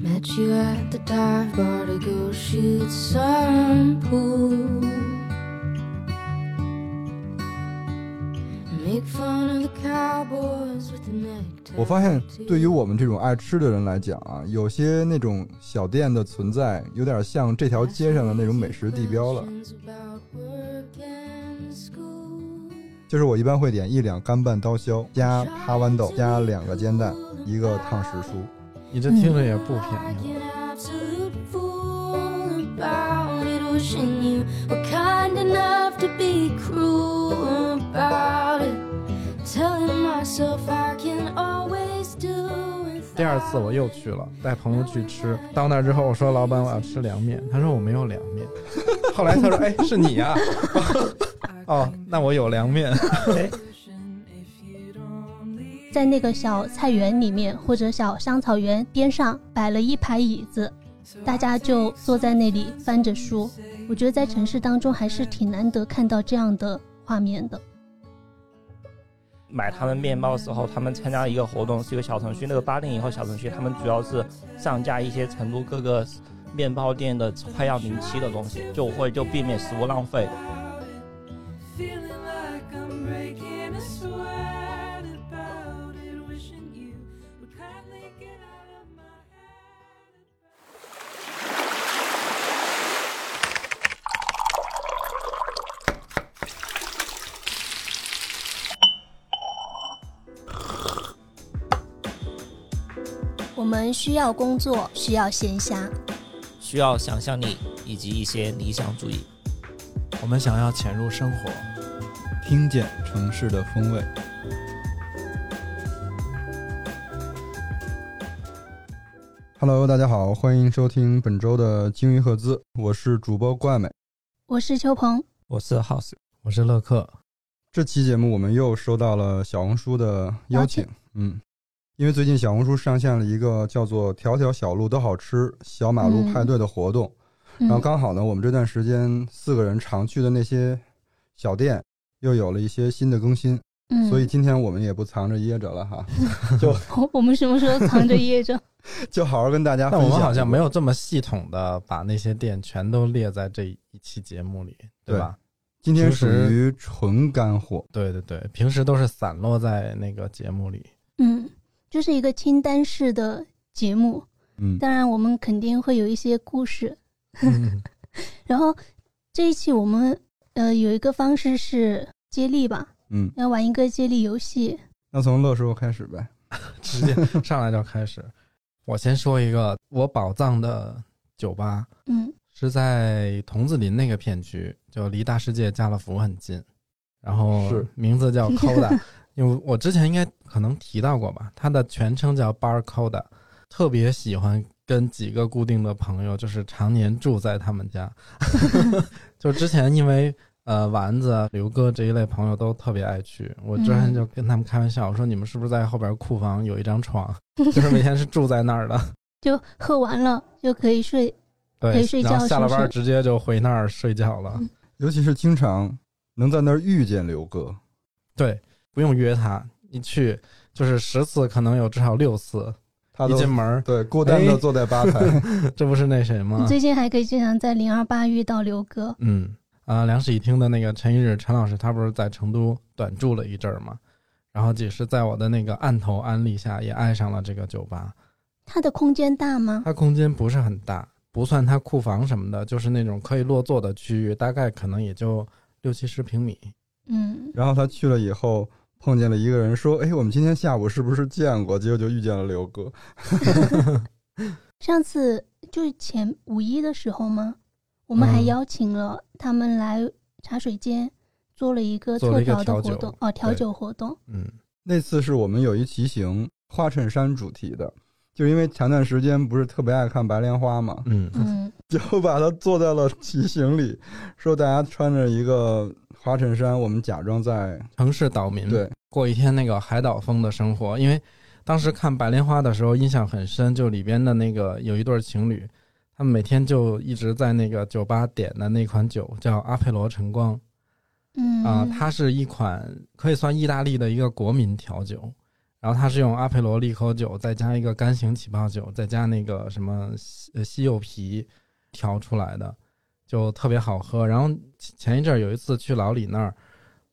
Met you at the dive bar to go shoot some pool. Make fun of the cowboys with the necktie. 我发现，对于我们这种爱吃的人来讲啊，有些那种小店的存在，有点像这条街上的那种美食地标了。就是我一般会点一两干拌刀削，加哈豌豆，加两个煎蛋，一个烫时蔬。你这听着也不便嗯宜了。第二次我又去了，带朋友去吃。到那儿之后，我说老板我要吃凉面，他说我没有凉面。 后来他说哎是你呀、 哦那我有凉面。在那个小菜园里面或者小香草园边上摆了一排椅子，大家就坐在那里翻着书。我觉得在城市当中还是挺难得看到这样的画面的。买他们面包的时候，他们参加一个活动，是一个小程序。那个八零以后小程序，他们主要是上架一些成都各个面包店的快要临期的东西，就会就避免食物浪费。我们需要工作，需要闲暇，需要想象力以及一些理想主义。 我们想要潜入生活，听见城市的风味。Hello，大家好，欢迎收听本周的鲸鱼赫兹，我是主播怪美。我是秋鹏，我是 House，我是乐克。这期节目我们又收到了小红书的邀请，嗯，因为最近小红书上线了一个叫做“条条小路都好吃”小马路派对的活动，嗯然后刚好呢，我们这段时间四个人常去的那些小店又有了一些新的更新，嗯，所以今天我们也不藏着掖着了哈， 我们什么时候藏着掖着？就好好跟大家分但享。我们好像没有这么系统的把那些店全都列在这一期节目里，对吧？今天平属时于纯干货，对对对，平时都是散落在那个节目里。嗯，就是一个清单式的节目，嗯，当然我们肯定会有一些故事。 嗯然后这一期我们呃有一个方式是接力吧，嗯，要玩一个接力游戏。那从乐师傅开始呗，直接上来就开始。我先说一个，我宝藏的酒吧嗯是在童子林那个片区，就离大世界家乐福很近。然后是名字叫 Coda，因为我之前应该可能提到过吧，它的全称叫 Bar Coda。特别喜欢跟几个固定的朋友，就是常年住在他们 家。就之前因为呃丸子、刘哥这一类朋友都特别爱去，我之前嗯就跟他们开玩笑，我说你们是不是在后边库房有一张床， 就是每天是住在那儿 的？就喝完了就可以睡。可以对睡，觉然后下了是不是班直接就回那儿睡觉了。嗯尤其是经常能在那儿遇见刘哥，对，不用约他，一去就是十次，可能有至少六次。他一都进门儿，对孤单的哎坐在吧台，这不是那谁你吗？最近还可以经常在零二八遇到刘哥，嗯啊、两室一厅的那个陈一日陈老师，他不是在成都短住了一阵儿嘛，然后也是在我的那个案头安利下，也爱上了这个酒吧。他的空间大吗？它空间不是很大，不算它库房什么的，就是那种可以落座的区域，大概可能也就六七十平米。嗯，然后他去了以后，碰见了一个人，说：“哎，我们今天下午是不是见过？”结果就遇见了刘哥。上次就是前五一的时候吗？我们还嗯邀请了他们来茶水间做了一个做特了一个调调的活酒动哦，调对酒活动。嗯，那次是我们有一骑行花衬衫主题的，就是因为前段时间不是特别爱看白莲花嘛， 嗯，嗯，就把它做在了骑行里，说大家穿着一个花衬衫，我们假装在城市岛民对，过一天那个海岛风的生活，因为当时看《白莲花》的时候印象很深，就里边的那个有一对情侣，他们每天就一直在那个酒吧点的那款酒叫阿佩罗晨光啊嗯啊、它是一款可以算意大利的一个国民调酒，然后它是用阿佩罗利口酒，再加一个干型起泡酒，再加那个什么西呃西柚皮调出来的，就特别好喝。然后前一阵儿有一次去老李那儿，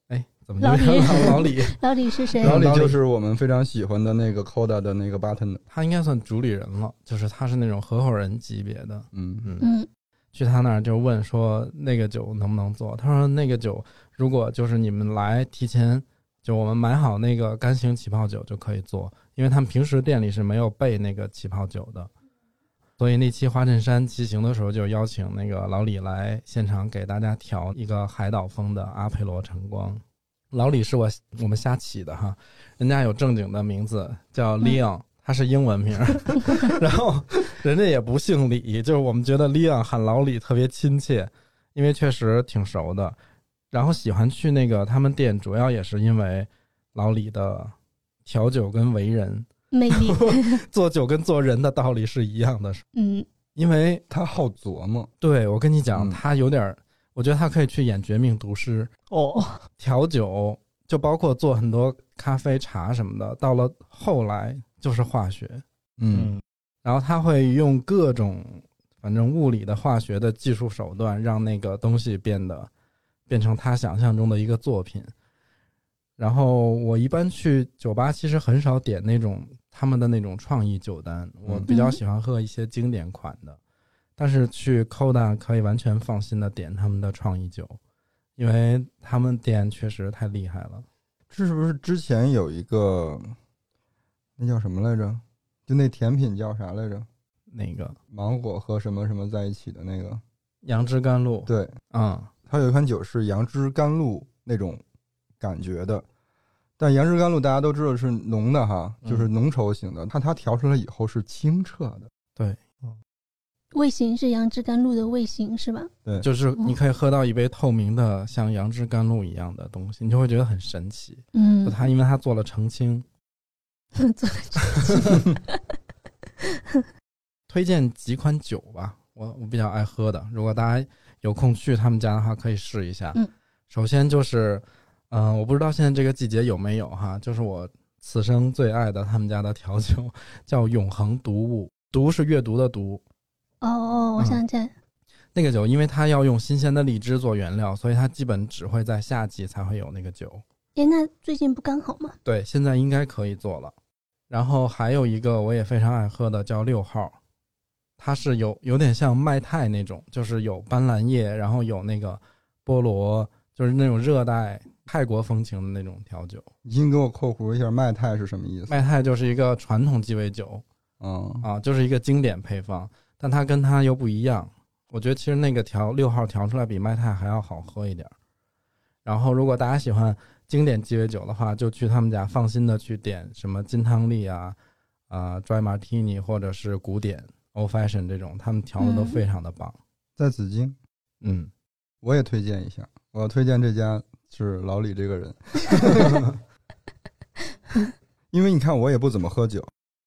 哎，怎么就老变李成 老老李？老李是谁？老李老李就是我们非常喜欢的那个 Coda 的那个 bartender，他应该算主理人了，就是他是那种合伙人级别的。嗯，嗯，嗯，去他那儿就问说那个酒能不能做？他说那个酒如果就是你们来提前就我们买好那个干型起泡酒就可以做，因为他们平时店里是没有备那个起泡酒的。所以那期花衬衫骑行的时候，就邀请那个老李来现场给大家调一个海岛风的阿佩罗晨光。老李是我我们瞎起的哈，人家有正经的名字叫 Leon，、他是英文名儿， 然后人家也不姓李，就是我们觉得 Leon 喊老李特别亲切，因为确实挺熟的。然后喜欢去那个他们店，主要也是因为老李的调酒跟为人，魅力，做酒跟做人的道理是一样的。嗯，因为他好琢磨，对我跟你嗯讲，他有点儿，我觉得他可以去演《绝命毒师》哦，调酒，就包括做很多咖啡、茶什么的。到了后来就是化学，嗯，然后他会用各种反正物理的、化学的技术手段，让那个东西变得变成他想象中的一个作品。然后我一般去酒吧，其实很少点那种他们的那种创意酒单，我比较喜欢喝一些经典款的。但是去 Coda 可以完全放心的点他们的创意酒，因为他们店确实太厉害了。这是不是之前有一个那叫什么来着？就那甜品叫啥来着？那个芒果和什么什么在一起的那个？杨枝甘露，对，嗯，它有一款酒是杨枝甘露那种感觉的，但杨枝甘露大家都知道是浓的哈，嗯就是浓稠型的，它它调出来以后是清澈的。味型是杨枝甘露的味型是吧？就是你可以喝到一杯透明的，像杨枝甘露一样的东西，你就会觉得很神奇。就嗯，它，因为它做了澄清。 做 推荐几款酒吧，我我比较爱喝的，如果大家有空去他们家的话，可以试一下。嗯，首先就是，嗯、我不知道现在这个季节有没有哈，就是我此生最爱的他们家的调酒叫永恒读物，读是阅读的读。哦嗯哦，我想起来，那个酒，因为它要用新鲜的荔枝做原料，所以它基本只会在夏季才会有那个酒。哎，那最近不刚好吗？对，现在应该可以做了。然后还有一个我也非常爱喝的叫六号，它是有有点像麦泰那种，就是有斑斓叶，然后有那个菠萝，就是那种热带泰国风情的那种调酒。你先给我括弧一下麦泰是什么意思？麦泰就是一个传统鸡尾酒嗯，啊，就是一个经典配方，但它跟它又不一样。我觉得其实那个调六号调出来比麦泰还要好喝一点儿。然后如果大家喜欢经典鸡尾酒的话，就去他们家放心的去点什么金汤力啊、啊、dry martini 或者是古典 old fashion 这种，他们调的都非常的棒。在紫金，嗯，我也推荐一下，我推荐这家是老李这个 人，因为你看我也不怎么喝酒，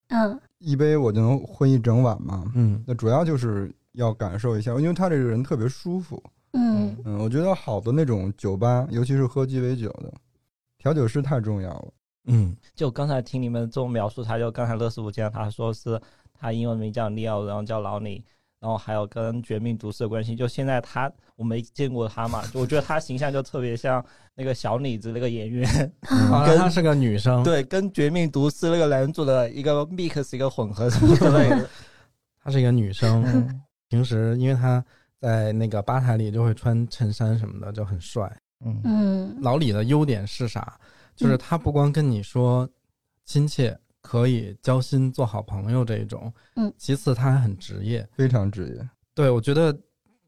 嗯一杯我就能混一整晚嘛。嗯那主要就是要感受一下，因为他这个人特别舒服。嗯，嗯，我觉得好的那种酒吧，尤其是喝鸡尾酒的，调酒师太重要了。嗯，就刚才听你们这么描述他，就刚才乐师傅见他说是他英文名叫 Leo，然后叫老李，然后还有跟《绝命毒师》的关系。就现在他我没见过他嘛，就我觉得他形象就特别像那个小李子那个演员，好像她是个女生，对，跟《绝命毒师》那个男主的一个 mix 一个混合什么之类的。她是一个女生，平时因为她在那个吧台里就会穿衬衫什么的，就很帅。嗯，嗯老李的优点是啥？就是他不光跟你说亲切，可以交心做好朋友这一种，嗯其次他还很职业。非常职业。对我觉得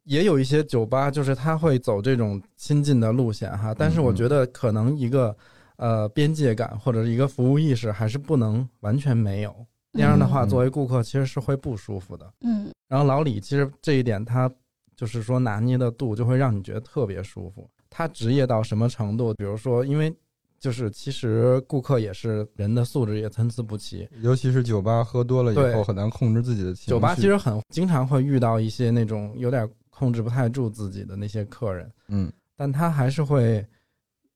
也有一些酒吧，就是他会走这种亲近的路线哈，但是我觉得可能一个呃边界感或者是一个服务意识还是不能完全没有，那样的话，嗯作为顾客其实是会不舒服的。嗯然后老李其实这一点他就是说拿捏的度就会让你觉得特别舒服。他职业到什么程度？比如说，因为就是其实顾客也是人的素质也参差不齐，尤其是酒吧喝多了以后，对很难控制自己的情绪。酒吧其实很经常会遇到一些那种有点控制不太住自己的那些客人，嗯，但他还是会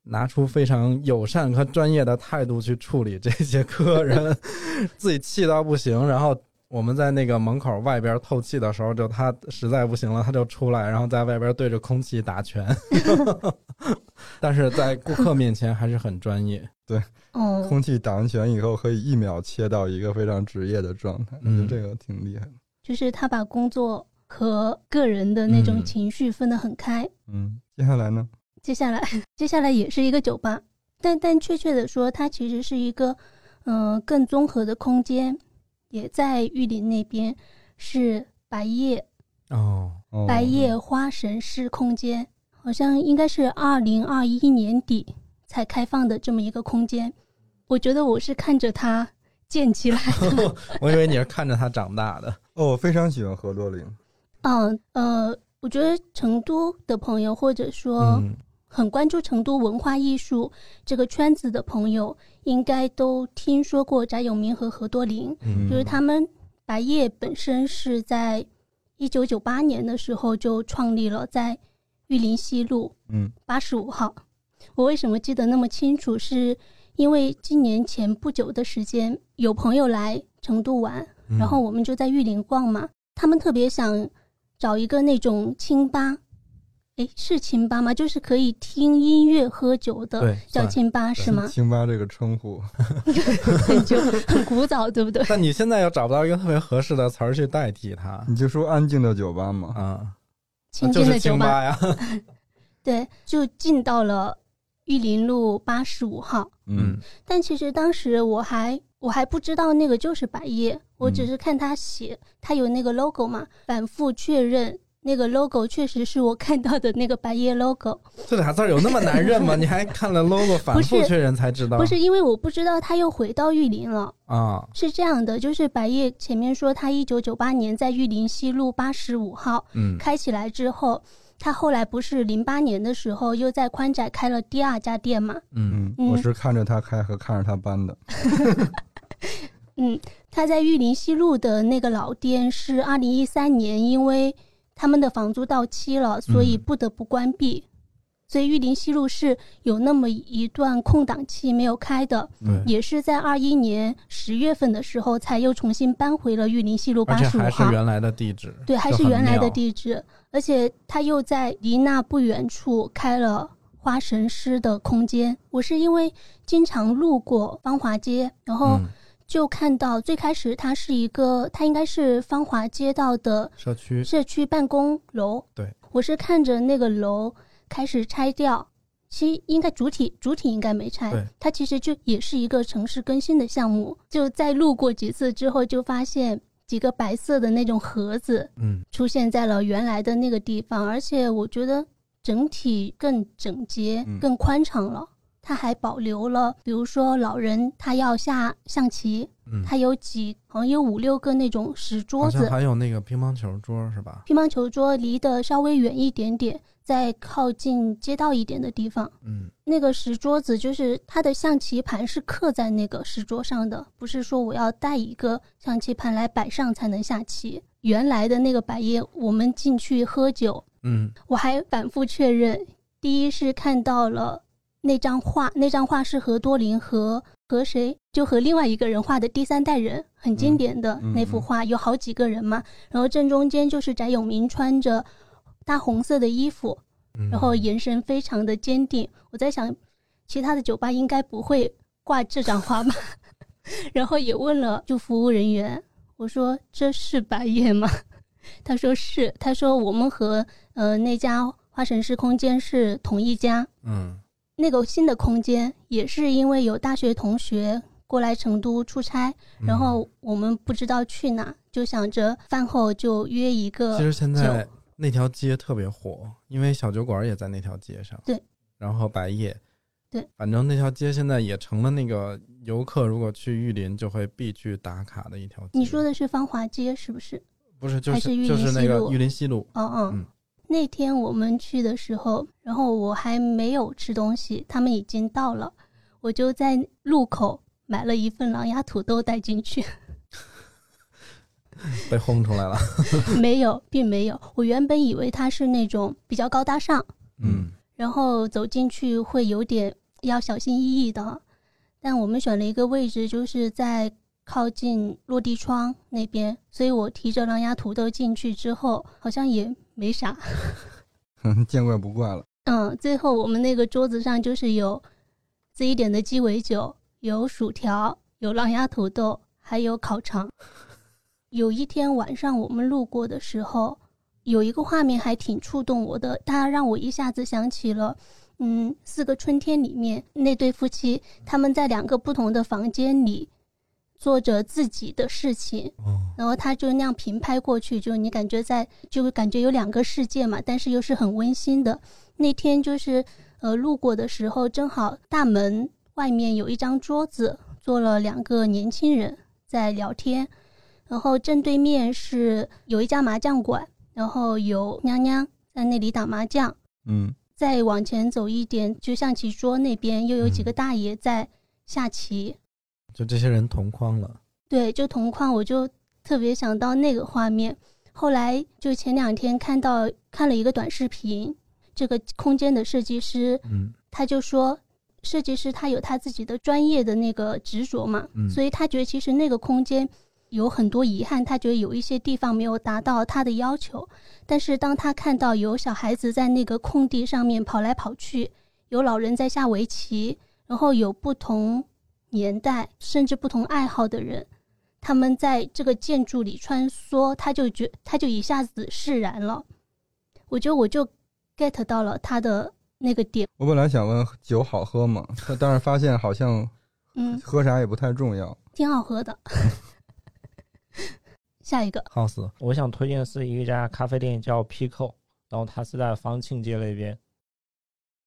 拿出非常友善和专业的态度去处理这些客人，自己气到不行。然后我们在那个门口外边透气的时候，就他实在不行了，他就出来，然后在外边对着空气打拳。但是在顾客面前还是很专业。哦，空气打完拳以后，可以一秒切到一个非常职业的状态，嗯这个挺厉害的。就是他把工作和个人的那种嗯情绪分得很开。嗯，接下来呢？接下来， 接下来也是一个酒吧，但但确切的说，它其实是一个，嗯、更综合的空间，也在玉林那边，是白夜哦， 哦、白夜花神室空间，好像应该是二零二一年底才开放的这么一个空间。我觉得我是看着它建起来的，我以为你是看着他长大的。哦，我非常喜欢河洛林。嗯呃，我觉得成都的朋友或者说、嗯，很关注成都文化艺术这个圈子的朋友，应该都听说过翟永明和何多林，嗯就是他们白夜本身是在一九九八年的时候就创立了，在玉林西路嗯八十五号。我为什么记得那么清楚？是因为今年前不久的时间，有朋友来成都玩，嗯然后我们就在玉林逛嘛，他们特别想找一个那种清吧，诶，是清吧吗？就是可以听音乐喝酒的，对叫算清吧 是吗？清吧这个称呼，很久很古早，对不对？但你现在又找不到一个特别合适的词儿去代替它你就说安静的酒吧嘛。啊，清就静是的酒清吧，吧呀。对，就进到了玉林路八十五号。嗯，但其实当时我还我还不知道那个就是百叶，我嗯只是看他写，他有那个 logo 嘛，反复确认那个 logo 确实是我看到的那个百叶 logo。这俩字儿有那么难认 吗？你还看了 logo 反复确认才知道？不是因为我不知道他又回到玉林了，啊，是这样的，就是白夜前面说他一九九八年在玉林西路八十五号嗯开起来之后，他后来不是零八年的时候又在宽窄开了第二家店嘛，嗯嗯，我是看着他开和看着他搬的。嗯，他在玉林西路的那个老店是二零一三年，因为他们的房租到期了，所以嗯不得不关闭。所以玉林西路是有那么一段空档期没有开的，对也是在二一年十月份的时候才又重新搬回了玉林西路而八且十五还是号。原来的地址，对，还就是很原来的妙地址，而且他又在离那不远处开了花神师的空间。我是因为经常路过芳华街，然后嗯，就看到最开始它是一个，它应该是芳华街道的社区社区办公楼。对，我是看着那个楼开始拆掉。其实应该主体主体应该没拆对，它其实就也是一个城市更新的项目。就在路过几次之后，就发现几个白色的那种盒子，嗯出现在了原来的那个地方，而且我觉得整体更整洁、嗯更宽敞了。它还保留了，比如说老人他要下象棋，嗯，他有几好像有五六个那种石桌好像子，还有那个乒乓球桌是吧？乒乓球桌离得稍微远一点点，在靠近街道一点的地方。嗯那个石桌子就是它的象棋盘是刻在那个石桌上的，不是说我要带一个象棋盘来摆上才能下棋。原来的那个百叶，我们进去喝酒，嗯，我还反复确认，第一是看到了那张画，那张画是和多林和和谁，就和另外一个人画的第三代人，很经典的嗯嗯那幅画，有好几个人嘛。然后正中间就是翟永明穿着大红色的衣服，嗯然后眼神非常的坚定。我在想，其他的酒吧应该不会挂这张画吧？ 然后也问了就服务人员，我说这是白夜吗？ 他说是，他说我们和呃那家花神式空间是同一家，嗯那个新的空间也是因为有大学同学过来成都出差，嗯然后我们不知道去哪，就想着饭后就约一个其实现在那条街特别火，因为小酒馆也在那条街上。对，然后白夜，对，反正那条街现在也成了那个游客如果去玉林就会必去打卡的一条街。你说的是芳华街是不是？不是就还是玉林就是那西个路玉林西路？哦哦，嗯那天我们去的时候，然后我还没有吃东西，他们已经到了，我就在路口买了一份狼牙土豆带进去。 被轰出来了。没有，并没有。我原本以为它是那种比较高大上，嗯然后走进去会有点要小心翼翼的哈。但我们选了一个位置，就是在靠近落地窗那边，所以我提着狼牙土豆进去之后，好像也没啥。 见怪不怪了。嗯，最后我们那个桌子上就是有自己点的鸡尾酒，有薯条，有狼牙土豆，还有烤肠。有一天晚上我们路过的时候，有一个画面还挺触动我的，它让我一下子想起了，嗯，《四个春天》里面那对夫妻，他们在两个不同的房间里做着自己的事情，哦，然后他就那样平拍过去，就你感觉在，就感觉有两个世界嘛，但是又是很温馨的。那天就是呃路过的时候，正好大门外面有一张桌子，坐了两个年轻人在聊天，然后正对面是有一家麻将馆，然后有娘娘在那里打麻将。嗯，再往前走一点，就象棋桌那边又有几个嗯大爷在下棋。就这些人同框了。对，就同框，我就特别想到那个画面。后来就前两天看到看了一个短视频，这个空间的设计师嗯他就说，设计师他有他自己的专业的那个执着嘛，嗯所以他觉得其实那个空间有很多遗憾，他觉得有一些地方没有达到他的要求。但是当他看到有小孩子在那个空地上面跑来跑去，有老人在下围棋，然后有不同年代甚至不同爱好的人。他们在这个建筑里穿梭，他就觉他就一下子释然了。我觉得我就 get 到了他的那个点，我本来想问酒好喝吗？但但是发现好像嗯，喝啥也不太重要。挺好喝的。 下一个， ，house 我想推荐的是一家咖啡店叫 Pico，然后它是在方庆街那边，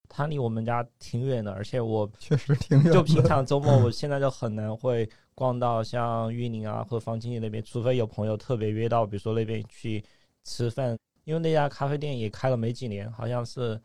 它离我们家挺远的，而且我确实挺远的。就平常周 末，我现在就很难会逛到像玉林啊或方清那边，除非有朋友特别约到，比如说那边去吃饭。因为那家咖啡店也开了没几年，好像是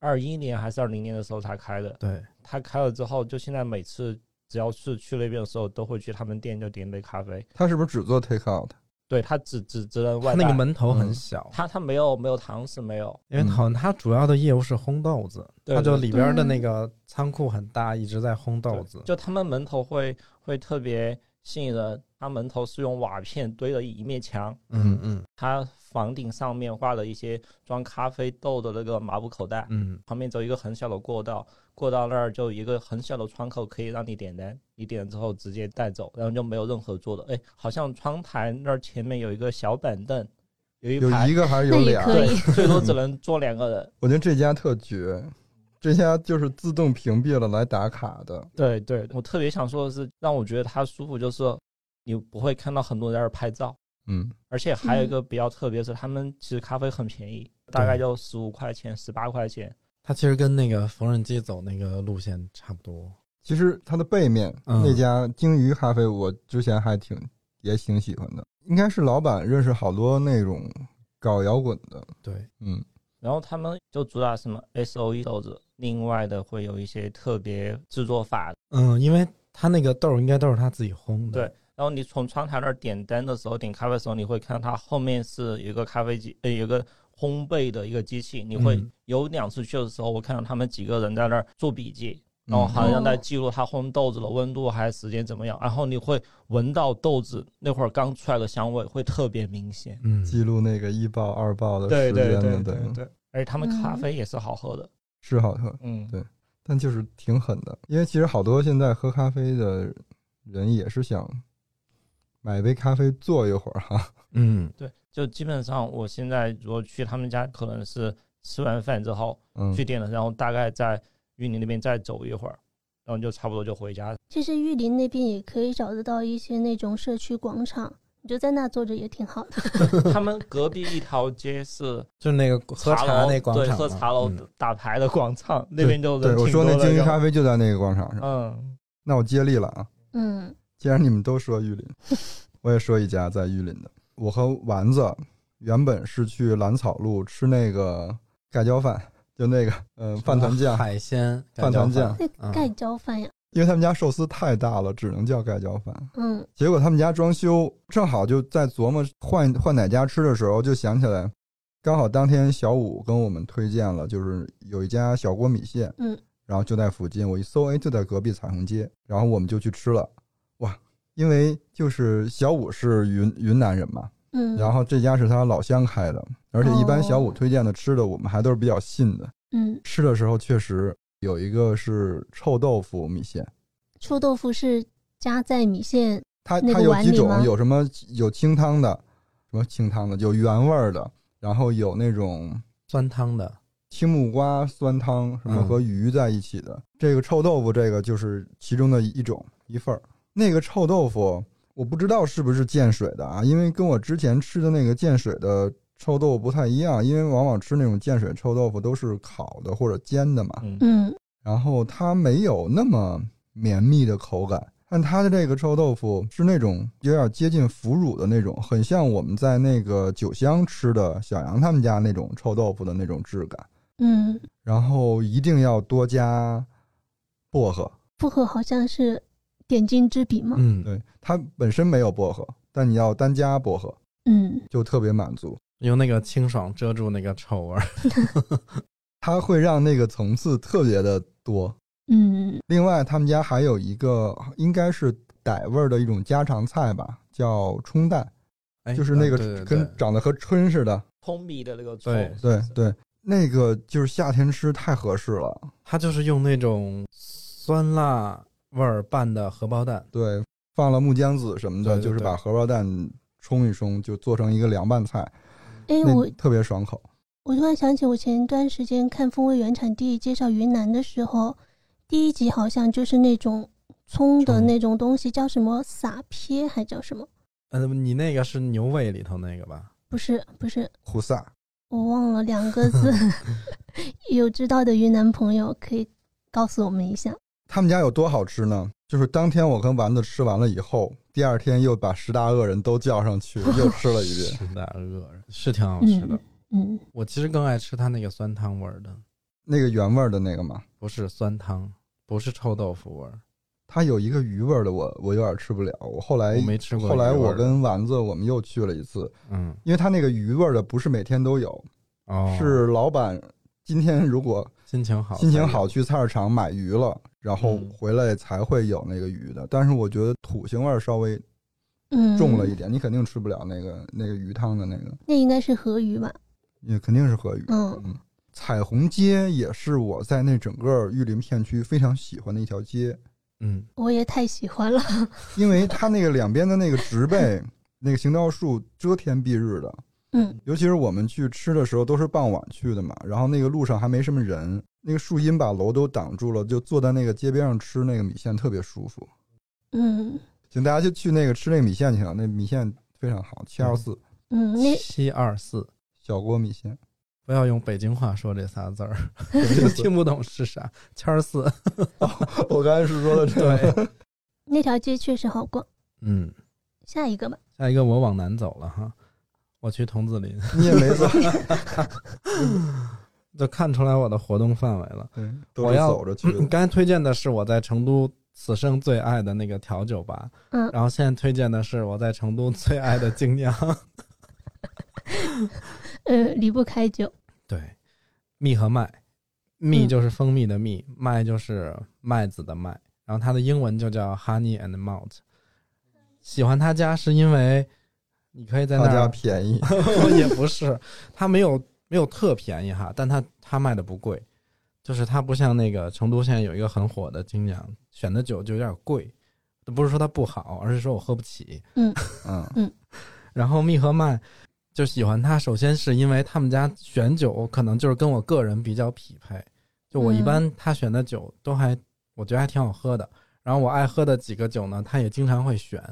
二一年还是二零年的时候才开的。对，它开了之后，就现在每次只要是去那边的时候，都会去他们店就点杯咖啡。他是不是只做 take out？对，它只只只能它外那个带，门头很嗯小，它它没有没有堂食，没有。因为好像它主要的业务是烘豆子，对它就对里边的那个仓库很大，一直在烘豆对子。就他们门头会会特别吸引人，它门头是用瓦片堆了一面墙。嗯嗯它房顶上面画了一些装咖啡豆的那个麻布口袋，嗯，旁边走一个很小的过道，过道那儿就一个很小的窗口可以让你点单，你点了之后直接带走，然后就没有任何坐的。哎，好像窗台那儿前面有一个小板凳，有一有排，一个还是有那也俩？可以对，最多只能坐两个人。我觉得这家特绝，这家就是自动屏蔽了来打卡的。对对，我特别想说的是，让我觉得它舒服，就是你不会看到很多人在那儿拍照。嗯，而且还有一个比较特别的是，他们其实咖啡很便宜，大概就十五块钱、十八块钱。它其实跟那个缝纫机走那个路线差不多。其实它的背面、嗯那家鲸鱼咖啡，我之前还挺也挺喜欢的，应该是老板认识好多那种搞摇滚的。对，嗯，然后他们就主打什么 S O E 豆子，另外的会有一些特别制作法。嗯，因为它那个豆儿应该都是它自己烘的。对然后你从窗台那儿点单的时候，点咖啡的时候，你会看到它后面是有一个咖啡机，呃，有一个烘焙的一个机器。你会嗯有两次去的时候，我看到他们几个人在那儿做笔记，嗯然后哦好像在记录它烘豆子的温度还是时间怎么样。然后你会闻到豆子那会儿刚出来的香味，会特别明显。嗯，记录那个一爆二爆的对时间对的，对对对，而且他们咖啡也是好喝的。是好喝，嗯，对但就是挺狠的。因为其实好多现在喝咖啡的人也是想买杯咖啡坐一会儿哈、嗯对，就基本上我现在如果去他们家，可能是吃完饭之后嗯去，店了，然后大概在玉林那边再走一会儿，然后就差不多就回家。其实玉林那边也可以找得到一些那种社区广场，你就在那坐着也挺好的。他们隔壁一条街是就是那个喝茶茶楼那广对，场嘛，喝茶楼嗯打牌的广场，那边就对人我挺说多那的。鲸鱼咖啡，啡就在那个广场上。嗯，那我接力了啊！嗯，既然你们都说玉林， 我也说一家在玉林的。我和丸子原本是去兰草路吃那个盖浇饭，就那个嗯、呃饭团酱，海鲜饭团酱，那嗯盖浇饭呀，因为他们家寿司太大了，只能叫盖浇饭。嗯结果他们家装修，正好就在琢磨换换哪家吃的时候，就想起来，刚好当天小五跟我们推荐了，就是有一家小锅米线，嗯，然后就在附近，我一搜，哎，就在隔壁彩虹街，然后我们就去吃了，哇！因为就是小五是云云南人嘛，嗯，然后这家是他老乡开的，而且一般小五哦推荐的吃的，我们还都是比较信的。嗯，吃的时候确实有一个是臭豆腐米线，臭豆腐是夹在米线，它那它个有碗几里吗种，有什么有清汤的，什么清汤的，有原味儿的，然后有那种酸汤的，青木瓜酸汤，什么嗯和鱼在一起的。这个臭豆腐，这个就是其中的一种一份儿。那个臭豆腐，我不知道是不是建水的啊，因为跟我之前吃的那个建水的臭豆腐不太一样，因为往往吃那种建水臭豆腐都是烤的或者煎的嘛。嗯，嗯然后它没有那么绵密的口感，但它的这个臭豆腐是那种有点接近腐乳的那种，很像我们在那个酒香吃的小杨他们家那种臭豆腐的那种质感。嗯，然后一定要多加薄荷，薄荷好像是点睛之笔嘛，嗯，对，它本身没有薄荷，但你要单加薄荷嗯就特别满足，用那个清爽遮住那个臭味儿。它会让那个层次特别的多。嗯另外，他们家还有一个应该是傣味儿的一种家常菜吧，叫冲蛋。哎就是那嗯对个对跟长得和春似的，通鼻的那个臭，对对对，那个就是夏天吃太合适了。它就是用那种酸辣味儿拌的荷包蛋，对，放了木姜子什么的，对对就是对把荷包蛋冲一冲，就做成一个凉拌菜，哎，那我特别爽口。我突然想起，我前段时间看《风味原产地》介绍云南的时候，第一集好像就是那种葱的葱那种东西，叫什么撒撇，还叫什么？呃，你那个是牛胃里头那个吧？不是，不是，胡萨，我忘了两个字。有知道的云南朋友可以告诉我们一下。他们家有多好吃呢？就是当天我跟丸子吃完了以后，第二天又把十大恶人都叫上 去，又吃了一遍。是的，恶人 是挺好吃的。嗯，我其实更爱吃它那个酸汤味儿的，那个原味儿的那个嘛，不是酸汤，不是臭豆腐味儿。它有一个鱼味儿的我，我有点吃不了。我后来我没吃过哎后来鱼味我儿的跟丸子我们又去了一次，嗯因为它那个鱼味儿的不是每天都有，哦，是老板今天如果心情好，心情好，去菜市场买鱼了，然后嗯回来才会有那个鱼的。但是我觉得土腥味儿稍微嗯，重了一点，你肯定吃不了那个那个鱼汤的那个，那应该是河鱼吧？也肯定是河鱼。嗯彩虹街也是我在那整个玉林片区非常喜欢的一条街，嗯，我也太喜欢了。因为它那个两边的那个植被。那个行道树遮天蔽日的，嗯尤其是我们去吃的时候都是傍晚去的嘛，然后那个路上还没什么人，那个树荫把楼都挡住了，就坐在那个街边上吃那个米线特别舒服。嗯请大家就去那个吃那个米线去了，那米线非常好，七二四嗯，那七二四，小锅米线，不要用北京话说这仨字儿，什么意思 听不懂是啥。七二四，我刚才是说的这个，对，那条街确实好逛。嗯，下一个吧。下一个我往南走了哈，我去桐梓林，你也没错，就看出来我的活动范围了。对都我是要走着去你的。刚才推荐的是我在成都此生最爱的那个调酒吧，嗯然后现在推荐的是我在成都最爱的精酿，呃，离不开酒。对，蜜和麦，蜜嗯就是蜂蜜的蜜，麦就是麦子的麦，然后它的英文就叫 honey and malt。喜欢他家是因为你可以在那他家儿，便宜， 也不是，它没有没有特便宜哈，但它它卖的不贵，就是它不像那个成都现在有一个很火的精酿，选的酒就有点贵，不是说它不好，而是说我喝不起。嗯，然后蜜和麦就喜欢它，首先是因为他们家选酒可能就是跟我个人比较匹配，就我一般他选的酒都还我觉得还挺好喝的。然后我爱喝的几个酒呢，他也经常会选，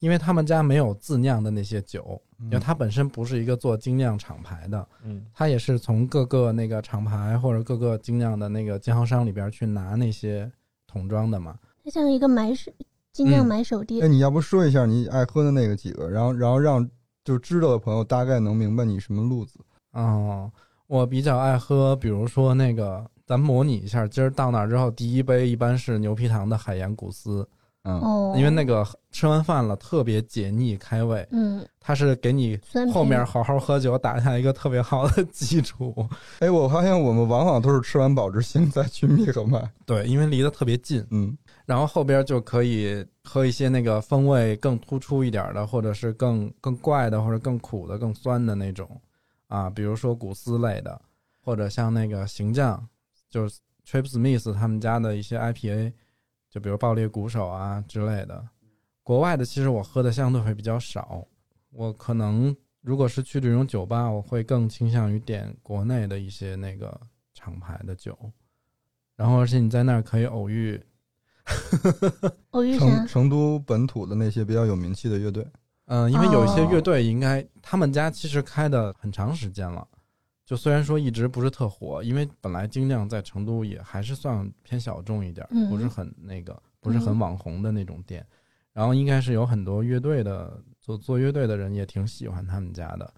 因为他们家没有自酿的那些酒，因嗯为它本身不是一个做精酿厂牌的，嗯，他也是从各个那个厂牌或者各个精酿的那个经销商里边去拿那些桶装的嘛。它像一个买手，尽嗯量买手哦那店。你要不说一下你爱喝的那个几个，然后然后让就知道的朋友大概能明白你什么路子。哦，我比较爱喝，比如说那个，咱模拟一下，今儿到那儿之后，第一杯一般是牛皮糖的海盐古斯，嗯，哦，因为那个吃完饭了特别解腻开胃，嗯，它是给你酸后啤面好好喝酒打下一个特别好的基础。 哎，我发现我们往往都是吃完保质星再去密合麦，对，因为离得特别近，嗯，然后后边就可以喝一些那个风味更突出一点的，或者是更更怪的，或者更苦的、更酸的那种啊，比如说古斯类的，或者像那个行将，就是 Trip Smith 他们家的一些 IPA，就比如爆裂鼓手啊之类的。国外的其实我喝的相对会比较少，我可能如果是去这种酒吧，我会更倾向于点国内的一些那个厂牌的酒，然后而且你在那儿可以偶遇偶遇啥成？成都本土的那些比较有名气的乐队，嗯，因为有一些乐哦队应该、他们家其实开的很长时间了，就虽然说一直不是特火，因为本来精酿在成都也还是算偏小众一点儿，嗯不是很那个，不是很嗯网红的那种店。然后应该是有很多乐队的做做乐队的人也挺喜欢他们家的。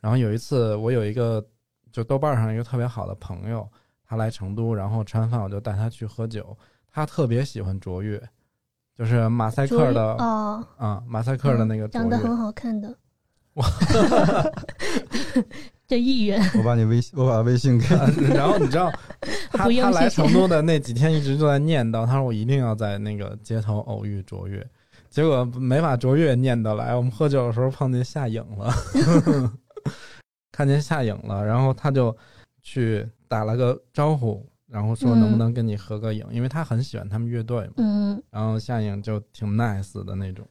然后有一次我有一个就豆瓣上一个特别好的朋友，他来成都，然后吃完饭我就带他去喝酒，他特别喜欢卓越。就是马赛克的啊、哦，嗯马赛克的那个卓长越得，很好 看的，这艺人我把你微信，我 把微信给啊 然后你 知道，他不用他来谢谢成都的那几天一直就在念叨，他说我一定要在那个街头偶遇卓越，结果没把卓越念叨来，我们喝酒的时候碰见夏颖了， 看见夏颖了，然后他就去打了个招呼，然后说能不能跟你合个影，因为他很喜欢他们乐队嘛，嗯，然后夏颖就挺 nice 的那种。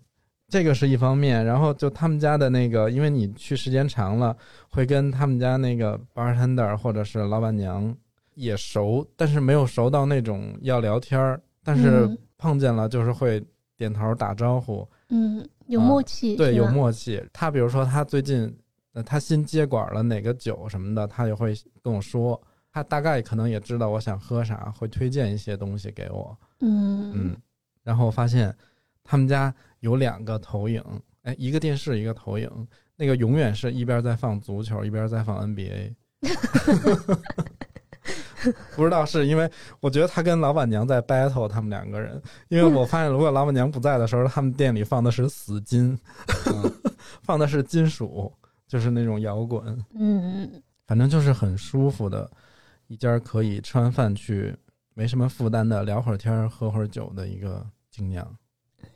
这个是一方面，然后就他们家的那个，因为你去时间长了，会跟他们家那个 bartender 或者是老板娘也熟，但是没有熟到那种要聊天儿，但是嗯碰见了就是会点头打招呼，嗯，有啊默契，对，是有吧默契。他比如说他最近，呃，他新接管了哪个酒什么的，他也会跟我说，他大概可能也知道我想喝啥，会推荐一些东西给我。嗯嗯，然后我发现他们家有两个投影，哎，一个电视，一个投影，那个永远是一边在放足球，一边在放 NBA。不知道是因为我觉得他跟老板娘在 battle，他们两个人，因为我发现如果老板娘不在的时候，他们店里放的是死金，放的是金属，就是那种摇滚。嗯反正就是很舒服的一家可以吃完饭去，没什么负担的聊会儿天儿、喝会儿酒的一个精酿。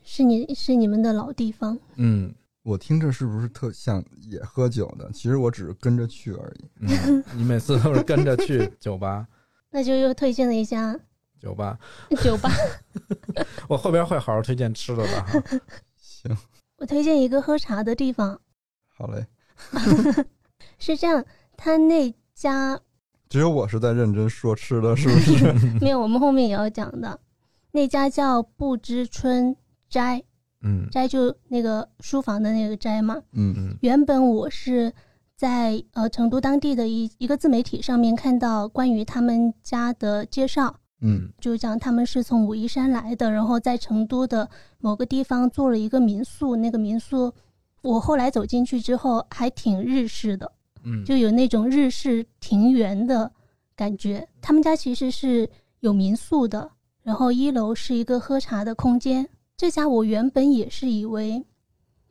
是你是你们的老地方，嗯我听着是不是特像也喝酒的？其实我只是跟着去而已。 嗯，你每次都是跟着去酒吧， 那就又推荐了一家酒吧，酒吧。 我后边会好好推荐吃的的哈。行，我推荐一个喝茶的地方， 好嘞，是这样，他那家只有我是在认真说吃的，是不是？ 没有，我们后面也要讲的，那家叫不知春斋，嗯斋就那个书房的那个斋嘛。嗯，嗯原本我是在呃成都当地的一一个自媒体上面看到关于他们家的介绍，嗯就讲他们是从武夷山来的，然后在成都的某个地方做了一个民宿，那个民宿我后来走进去之后还挺日式的，嗯，就有那种日式庭园的感觉。他们家其实是有民宿的，然后一楼是一个喝茶的空间。这家我原本也是以为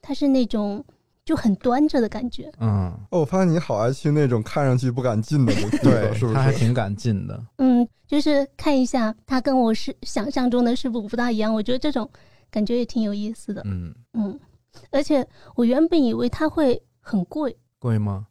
它是那种就很端着的感觉，嗯，哦，我发现你好爱去那种看上去不敢进的地方，是不他还是？挺敢进的。嗯，就是看一下它跟我是想象中的是不不大一样。我觉得这种感觉也挺有意思的，嗯，嗯，而且我原本以为它会很贵，贵吗？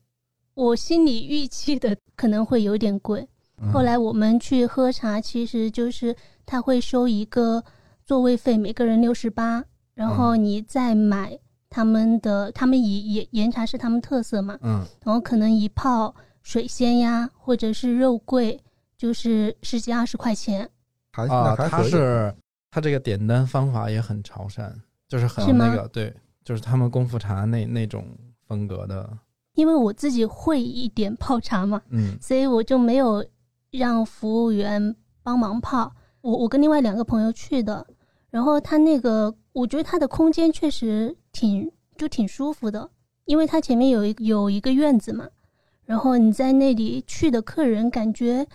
我心里预期的可能会有点贵。嗯后来我们去喝茶，其实就是他会收一个座位费，每个人六十八，然后你再买他们的，他们以岩岩茶是他们特色嘛，嗯然后可能一泡水仙呀，或者是肉桂，就是十几二十块钱，还哎啊，那还他可以是他这个点单方法也很潮汕，就是是很吗那个对，就是他们功夫茶那那种风格的。因为我自己会一点泡茶嘛，嗯所以我就没有让服务员帮忙泡。我我跟另外两个朋友去的，然后他那个，我觉得他的空间确实挺就挺舒服的，因为他前面有一有一个院子嘛，然后你在那里去的客人感觉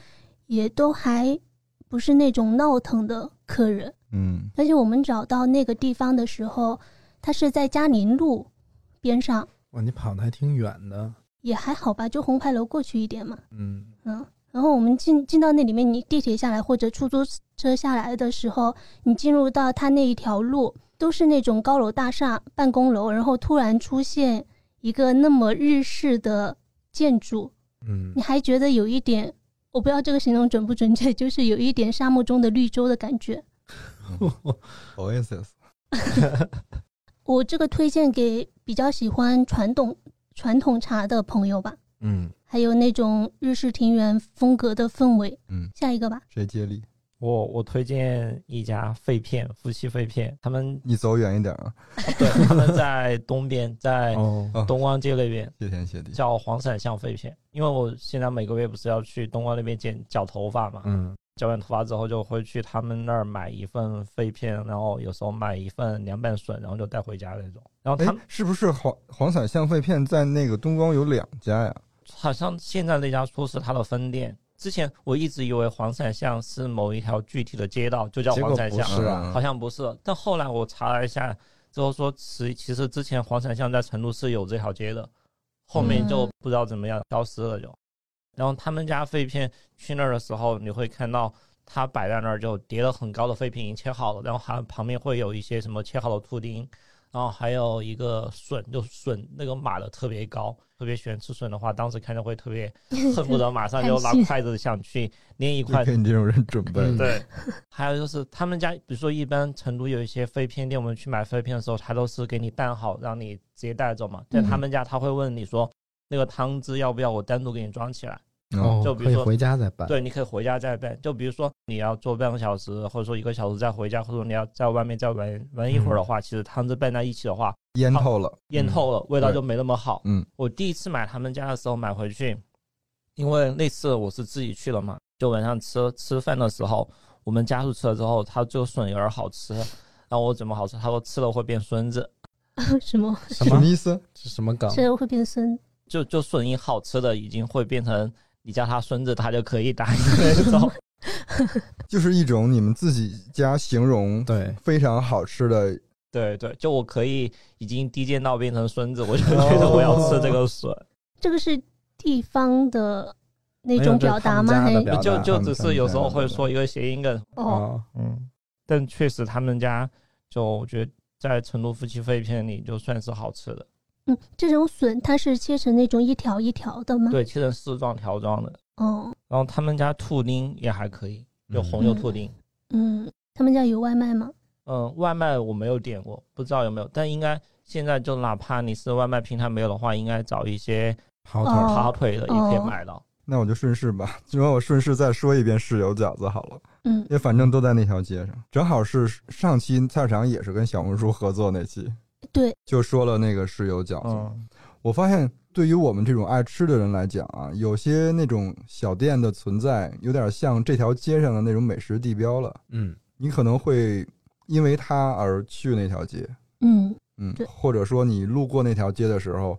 也都还不是那种闹腾的客人，嗯而且我们找到那个地方的时候，它是在嘉陵路边上，哇，你跑的还挺远的，也还好吧，就红牌楼过去一点嘛。嗯，嗯，然后我们进进到那里面，你地铁下来或者出租车下来的时候，你进入到它那一条路，都是那种高楼大厦、办公楼，然后突然出现一个那么日式的建筑， 嗯你，还觉得有一点，我不知道这个形容准不准确，就是有一点沙漠中的绿洲的感觉。 ，Oasis，我这个推荐给比较喜欢传统传统茶的朋友吧，嗯，还有那种日式庭园风格的氛围。嗯，下一个吧， 谁接力？我我推荐一家肺片夫妻肺片，他们你走远一点啊，对 他们在东边，在 哦，哦东光街那边谢天谢地。叫黄伞巷肺片，因为我现在每个月不是要去东光那边剪剪头发嘛，嗯，剪完头发之后就会去他们那儿买一份肺片，然后有时候买一份凉拌笋，然后就带回家那种。然后哎他们，是不是黄黄伞像肺片在那个东光有两家呀？好像现在那家说是他的分店。之前我一直以为黄伞巷是某一条具体的街道，就叫结黄果伞不巷，是啊，好像不是。但后来我查了一下之后说，其其实之前黄伞巷在成都是有这条街的，后面就嗯不知道怎么样消失了就。然后他们家废片去那儿的时候，你会看到它摆在那儿就叠了很高的废品已经切好了，然后还旁边会有一些什么切好的兔丁，然后还有一个笋，就笋那个码的特别高，特别喜欢吃笋的话，当时看着会特别恨不得马上就拿贪心筷子想去捏一就块给你这种人准备嗯的。对，还有就是他们家，比如说一般成都有一些飞片店，我们去买飞片的时候，他都是给你拌好，让你直接带走嘛。在他们家，他会问你说那个汤汁要不要我单独给你装起来？哦，就哦，可比如以说回家再办，对，你可以回家再拌。就比如说你要做半个小时，或者说一个小时再回家，或者你要在外面再玩玩一会儿嗯的话，其实汤汁拌在一起的话，腌透了。腌透了，味道嗯对就没那么好。嗯，我第一次买他们家的时候买回去，因为那次我是自己去了嘛，就晚上吃吃饭的时候，我们家属吃了之后，他就笋儿好吃，然后我怎么好吃？他说吃了会变孙子，什么？什什么么意思？是什么梗？这会变孙就就笋一好吃的已经会变成你叫他孙子，他就可以打你那种。就是一种你们自己家形容对，非常好吃的，对对，就我可以已经低贱到变成孙子，我就觉得我要吃这个笋。这个是地方的那没有种这表是达他们家吗？的还表达就就他们他只是们有家时候的会对说一个谐音梗，哦，哦，嗯，但确实他们家就我觉得在成都夫妻肺片里就算是好吃的，嗯，这种笋它是切成那种一条一条的吗？，对，切成丝状条状的。哦，然后他们家兔丁也还可以，有嗯红油兔丁。嗯，他们家有外卖吗？嗯外卖我没有点过，不知道有没有，但应该现在就哪怕你是外卖平台没有的话，应该找一些跑腿哦儿，跑腿的也可以买到。那我就顺势吧， 就让我顺势再说一遍室友饺子好了，嗯因，为反正都在那条街上，正好是上期菜市场也是跟小红书合作那期，对，就说了那个室友饺子。嗯我发现对于我们这种爱吃的人来讲啊，有些那种小店的存在，有点像这条街上的那种美食地标了。嗯，你可能会因为它而去那条街，嗯，嗯对，或者说你路过那条街的时候，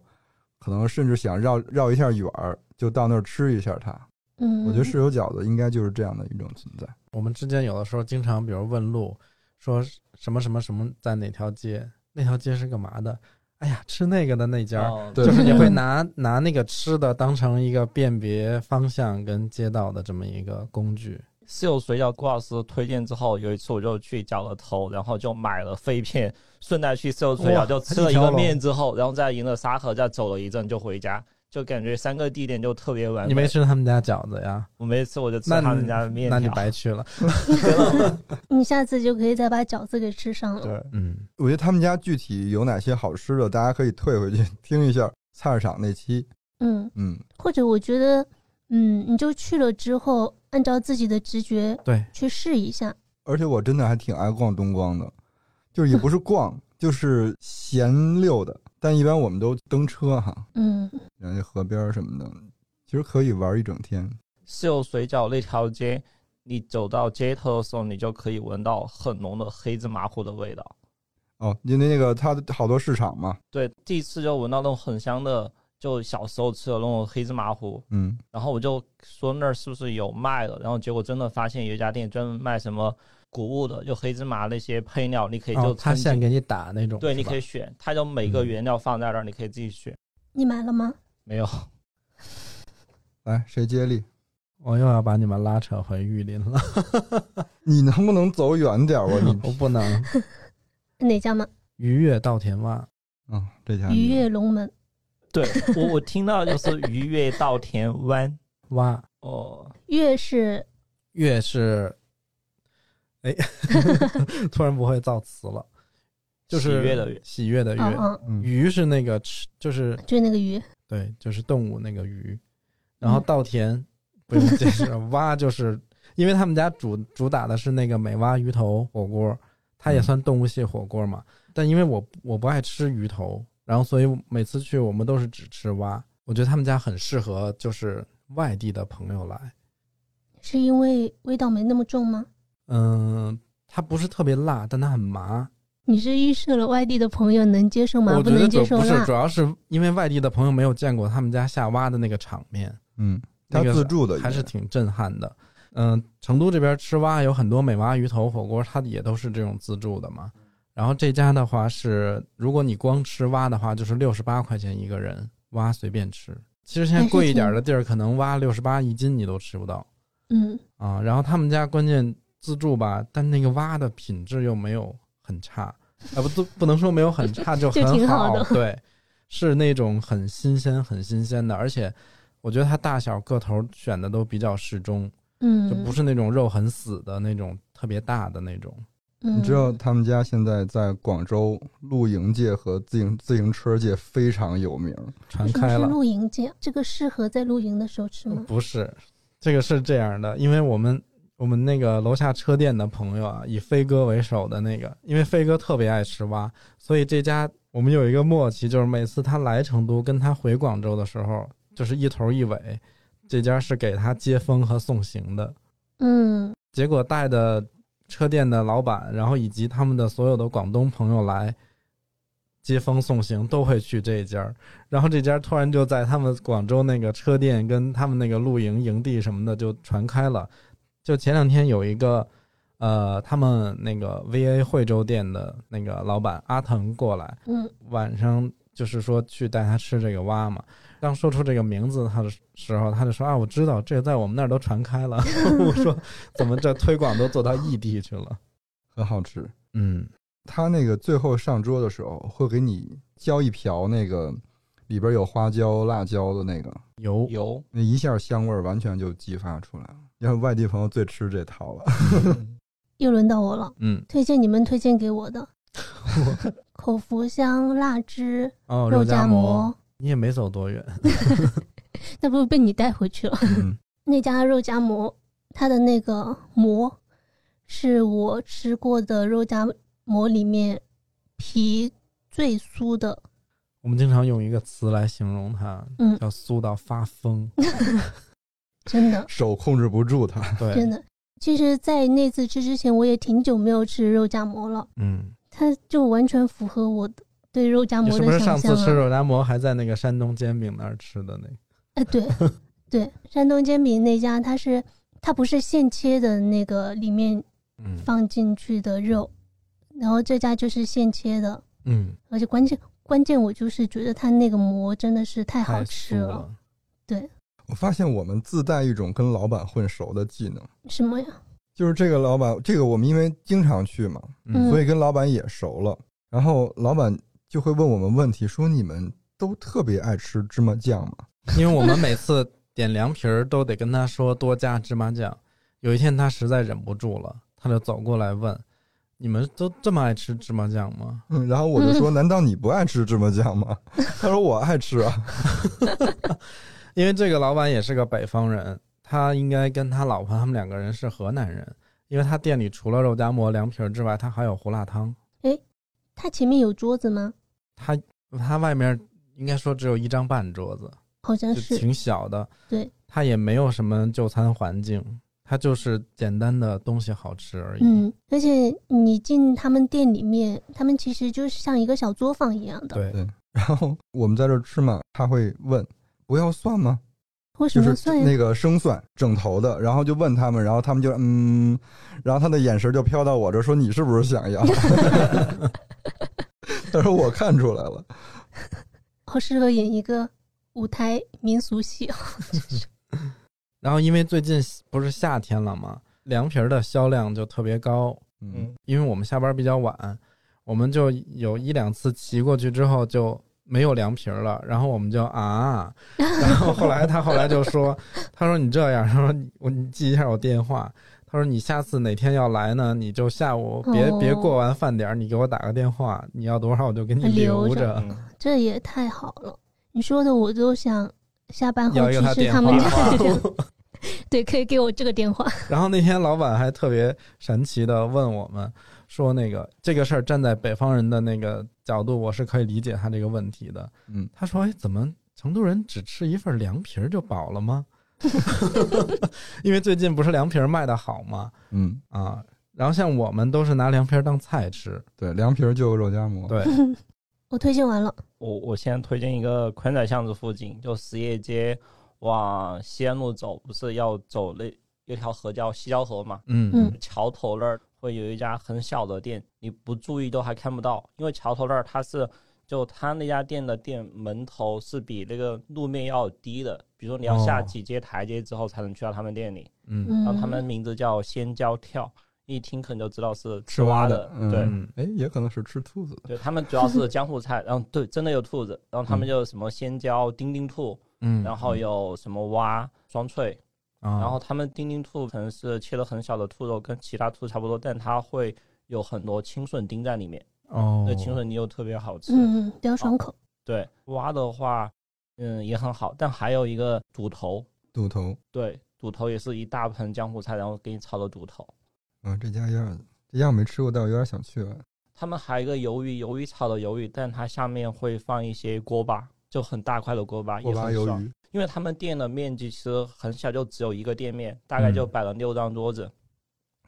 可能甚至想绕绕一下远儿，就到那儿吃一下它。嗯，我觉得室友饺子应该就是这样的一种存在。我们之间有的时候经常，比如问路，说什么什么什么在哪条街，那条街是干嘛的？哎呀，吃那个的那家儿，哦对就是你会嗯拿拿那个吃的当成一个辨别方向跟街道的这么一个工具。室友水饺顾老师推荐之后，有一次我就去绞了头，然后就买了肺片，顺带去室友水哇饺就吃还了挺一挑个了面之后，然后再赢了沙河，再走了一阵就回家，就感觉三个地点就特别完美。你没吃他们家饺子呀？我没吃，我就吃那他你们家的面那条。你白去了。你下次就可以再把饺子给吃上了。对，嗯，我觉得他们家具体有哪些好吃的，大家可以退回去听一下菜市场那期。嗯，嗯，或者我觉得，嗯，你就去了之后，按照自己的直觉对，去试一下。而且我真的还挺爱逛东光的，就是也不是 逛，就是闲溜的。但一般我们都蹬车哈，嗯，然后去河边儿什么的，其实可以玩一整天。室友水饺那条街，你走到街头的时候，你就可以闻到很浓的黑芝麻糊的味道。哦，因为那个它的好多市场嘛，对，第一次就闻到那种很香的，就小时候吃的那种黑芝麻糊，嗯，然后我就说那儿是不是有卖的，然后结果真的发现有一家店专门卖什么谷物的，就黑芝麻那些配料，你可以就哦，他称现斤给你打那种，对，是你吧可以选，它就每个嗯原料放在那儿，你可以自己选。你买了吗？没有，来，谁接力？我又要把你们拉扯回玉林了，你能不能走远点儿啊？你 我不能。哪家吗？鱼跃稻田蛙，嗯，这家鱼你跃龙门。对我我听到就是鱼跃稻田湾蛙哦，跃是跃是，哎， 突然不会造词了，就是喜悦的悦喜悦的嗯悦，嗯，嗯，鱼是那个吃，就是就那个鱼。对，就是动物那个鱼。然后嗯稻田不用解释，蛙就是因为他们家主主打的是那个美蛙鱼头火锅，它也嗯算动物系火锅嘛。但因为我我不爱吃鱼头，然后所以每次去我们都是只吃蛙。我觉得他们家很适合就是外地的朋友来，是因为味道没那么重吗？嗯，它不是特别辣，但它很麻。你是预设了外地的朋友能接受麻，我不觉得能主接受不是辣主。要是因为外地的朋友没有见过他们家下蛙的那个场面。嗯，他那个自助的还是应该挺震撼的。嗯、成都这边吃蛙有很多美蛙鱼头火锅，它也都是这种自助的嘛。然后这家的话是，如果你光吃蛙的话，就是六十八块钱一个人，蛙随便吃。其实现哎在贵一点的地儿，可能蛙六十八一斤你都吃不到嗯，啊。然后他们家关键自助吧，但那个蛙的品质又没有很差，啊不都不能说没有很差，就 就很挺好的对，是那种很新鲜、很新鲜的，而且我觉得它大小个头选的都比较适中，嗯，就不是那种肉很死的那种特别大的那种。嗯，你知道他们家现在在广州露营界和自行自行车界非常有名，传是不开是了，露营这这个适合在露营的时候吃吗？嗯不是，这个是这样的，因为我们我们那个楼下车店的朋友啊，以飞哥为首的那个，因为飞哥特别爱吃蛙，所以这家我们有一个默契，就是每次他来成都跟他回广州的时候，就是一头一尾，这家是给他接风和送行的。嗯，结果带的车店的老板，然后以及他们的所有的广东朋友来接风送行，都会去这家儿。然后这家儿突然就在他们广州那个车店跟他们那个露营营地什么的就传开了。就前两天有一个呃，他们那个 VA 惠州店的那个老板阿腾过来，嗯晚上就是说去带他吃这个蛙嘛。当说出这个名字他的时候，他就说啊，我知道这个在我们那儿都传开了。 我说怎么这推广都做到异地去了？很好吃。嗯，他那个最后上桌的时候会给你浇一瓢那个里边有花椒、辣椒的那个，有油那一下香味儿完全就激发出来了。要是外地朋友最吃这套了， 又轮到我了， 嗯推荐你们推荐给我的口服香辣汁哦肉夹夹馍，你也没走多远，那不是被你带回去了？嗯那家肉夹馍，它的那个馍是我吃过的肉夹馍里面皮最酥的。 我们经常用一个词来形容它，嗯，叫酥到发 疯。真的，手控制不住它。真对，的。其实，在那次吃之前，我也挺久没有吃肉夹馍了，嗯，它就完全符合我的对肉夹你馍是不的是想上象、次啊。吃肉夹馍还在那个山东煎饼那儿吃的那个？哎， 对对，山东煎饼那家，它是它不是现切的那个里面嗯放进去的肉，然后这家就是现切的，嗯，而且关键关键我就是觉得它那个馍真的是太好太吃酥了，了。我发现我们自带一种跟老板混熟的技能，什么呀？就是这个老板，这个我们因为经常去嘛，嗯所以跟老板也熟了。然后老板就会问我们问题，说你们都特别爱吃芝麻酱吗？ 因为我们每次点凉皮儿都得跟他说多加芝麻酱。有一天他实在忍不住了，他就走过来问：“你们都这么爱吃芝麻酱吗嗯，然后我就说，难道你不爱吃芝麻酱吗？ 他说我爱吃啊。？”因为这个老板也是个北方人，他应该跟他老婆他们两个人是河南人，因为他店里除了肉夹馍、凉皮儿之外，他还有胡辣汤。它前面有桌子吗？他他外面应该说只有一张半桌子，好像，就是挺小的。嗯对，他也没有什么就餐环境，他就是简单的东西好吃而已。嗯，而且你进他们店里面，他们其实就是像一个小作坊一样的，对对然后我们在这儿吃嘛，他会问不要蒜吗？为什就么是蒜那个生蒜整头的，然后就问他们，然后他们就嗯，然后他的眼神就飘到我这儿，说你是不是想要？ 他说我看出来了，好适合演一个舞台民俗戏哦？然后因为最近不是夏天了嘛，凉皮儿的销量就特别高，嗯，因为我们下班比较晚，我们就有一两次骑过去之后就没有凉皮儿了，然后我们就啊，然后后来他后来就说， 他说你这样，他说你我你记一下我电话，他说你下次哪天要来呢，你就下午别、哦别过完饭点儿，你给我打个电话，你要多少我就给你留留着着，嗯这也太好了！你说的我都想下班后要一去个他吃电他话们家的。对，可以给我这个电话。 然后那天老板还特别神奇的问我们说，那个这个事儿站在北方人的那个角度，我是可以理解他这个问题的。嗯，他说：“哎，怎么成都人只吃一份凉皮儿就饱了吗？ 因为最近不是凉皮儿卖的好吗？嗯，啊，然后像我们都是拿凉皮儿当菜吃，对，凉皮儿就有肉夹馍，对， 我推荐完了，我我现在推荐一个宽窄巷子附近，就实业街往西安路走，不是要走那有条河叫西郊河嘛？嗯嗯桥头那儿会有一家很小的店，你不注意都还看不到，因为桥头那儿它是就它那家店的店门头是比那个路面要低的，比如说你要下哦几阶台阶之后才能去到他们店里。嗯嗯，然后他们名字叫仙椒跳，一听可能就知道是吃蛙蛙的嗯 对。嗯，哎，也可能是吃兔子的，对他们主要是江湖菜，然后对真的有兔子，然后他们就有什么鲜椒、丁丁兔，嗯，然后有什么蛙、双脆，啊然后他们丁丁兔可能是切了很小的兔肉，跟其他兔差不多，但它会有很多青笋丁在里面，哦，那青笋丁又特别好吃。嗯嗯比较爽口。对蛙的话，嗯也很好，但还有一个肚头，肚头，对肚头也是一大盆江湖菜，然后给你炒的肚头。嗯，这家有点，这家我没吃过，但我有点想去了。他们还有一个鱿鱼，鱿鱼炒的鱿鱼，但它下面会放一些锅巴，就很大块的锅巴，锅巴也很鱿爽。鱼，因为他们店的面积其实很小，就只有一个店面，大概就摆了六张桌子。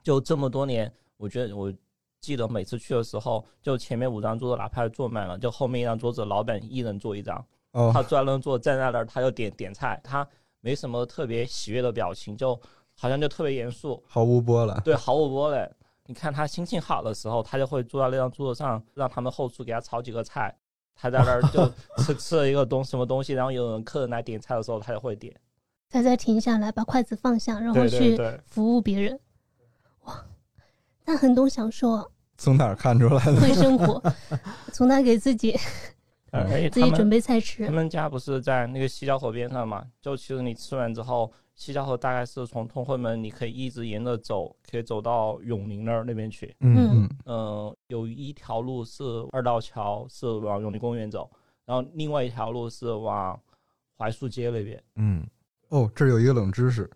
就这么多年，我觉得我记得每次去的时候，就前面五张桌子哪怕坐满了，就后面一张桌子老板一人坐一张，哦他，坐在那坐站在那儿，他就点点菜，他没什么特别喜悦的表情，就好像就特别严肃，毫无波澜，对，毫无波澜。你看他心情好的时候，他就会坐在那张桌子上，让他们后厨给他炒几个菜。他在那儿就吃吃了一个东什么东西，然后有人客人来点菜的时候，他就会点。他再停下来，把筷子放下，然后对对去对，服务别人。哇，他很懂享受啊，从哪儿看出来的？会生活，从他给自己而且呃自他己准们备菜他吃。们家不是在那个西郊河边上嘛？就其实你吃完之后，西郊河大概是从通惠门，你可以一直沿着走，可以走到永宁那儿那边去。嗯嗯，嗯，有一条路是二道桥，是往永宁公园走，然后另外一条路是往槐树街那边。嗯哦，这儿有一个冷知识，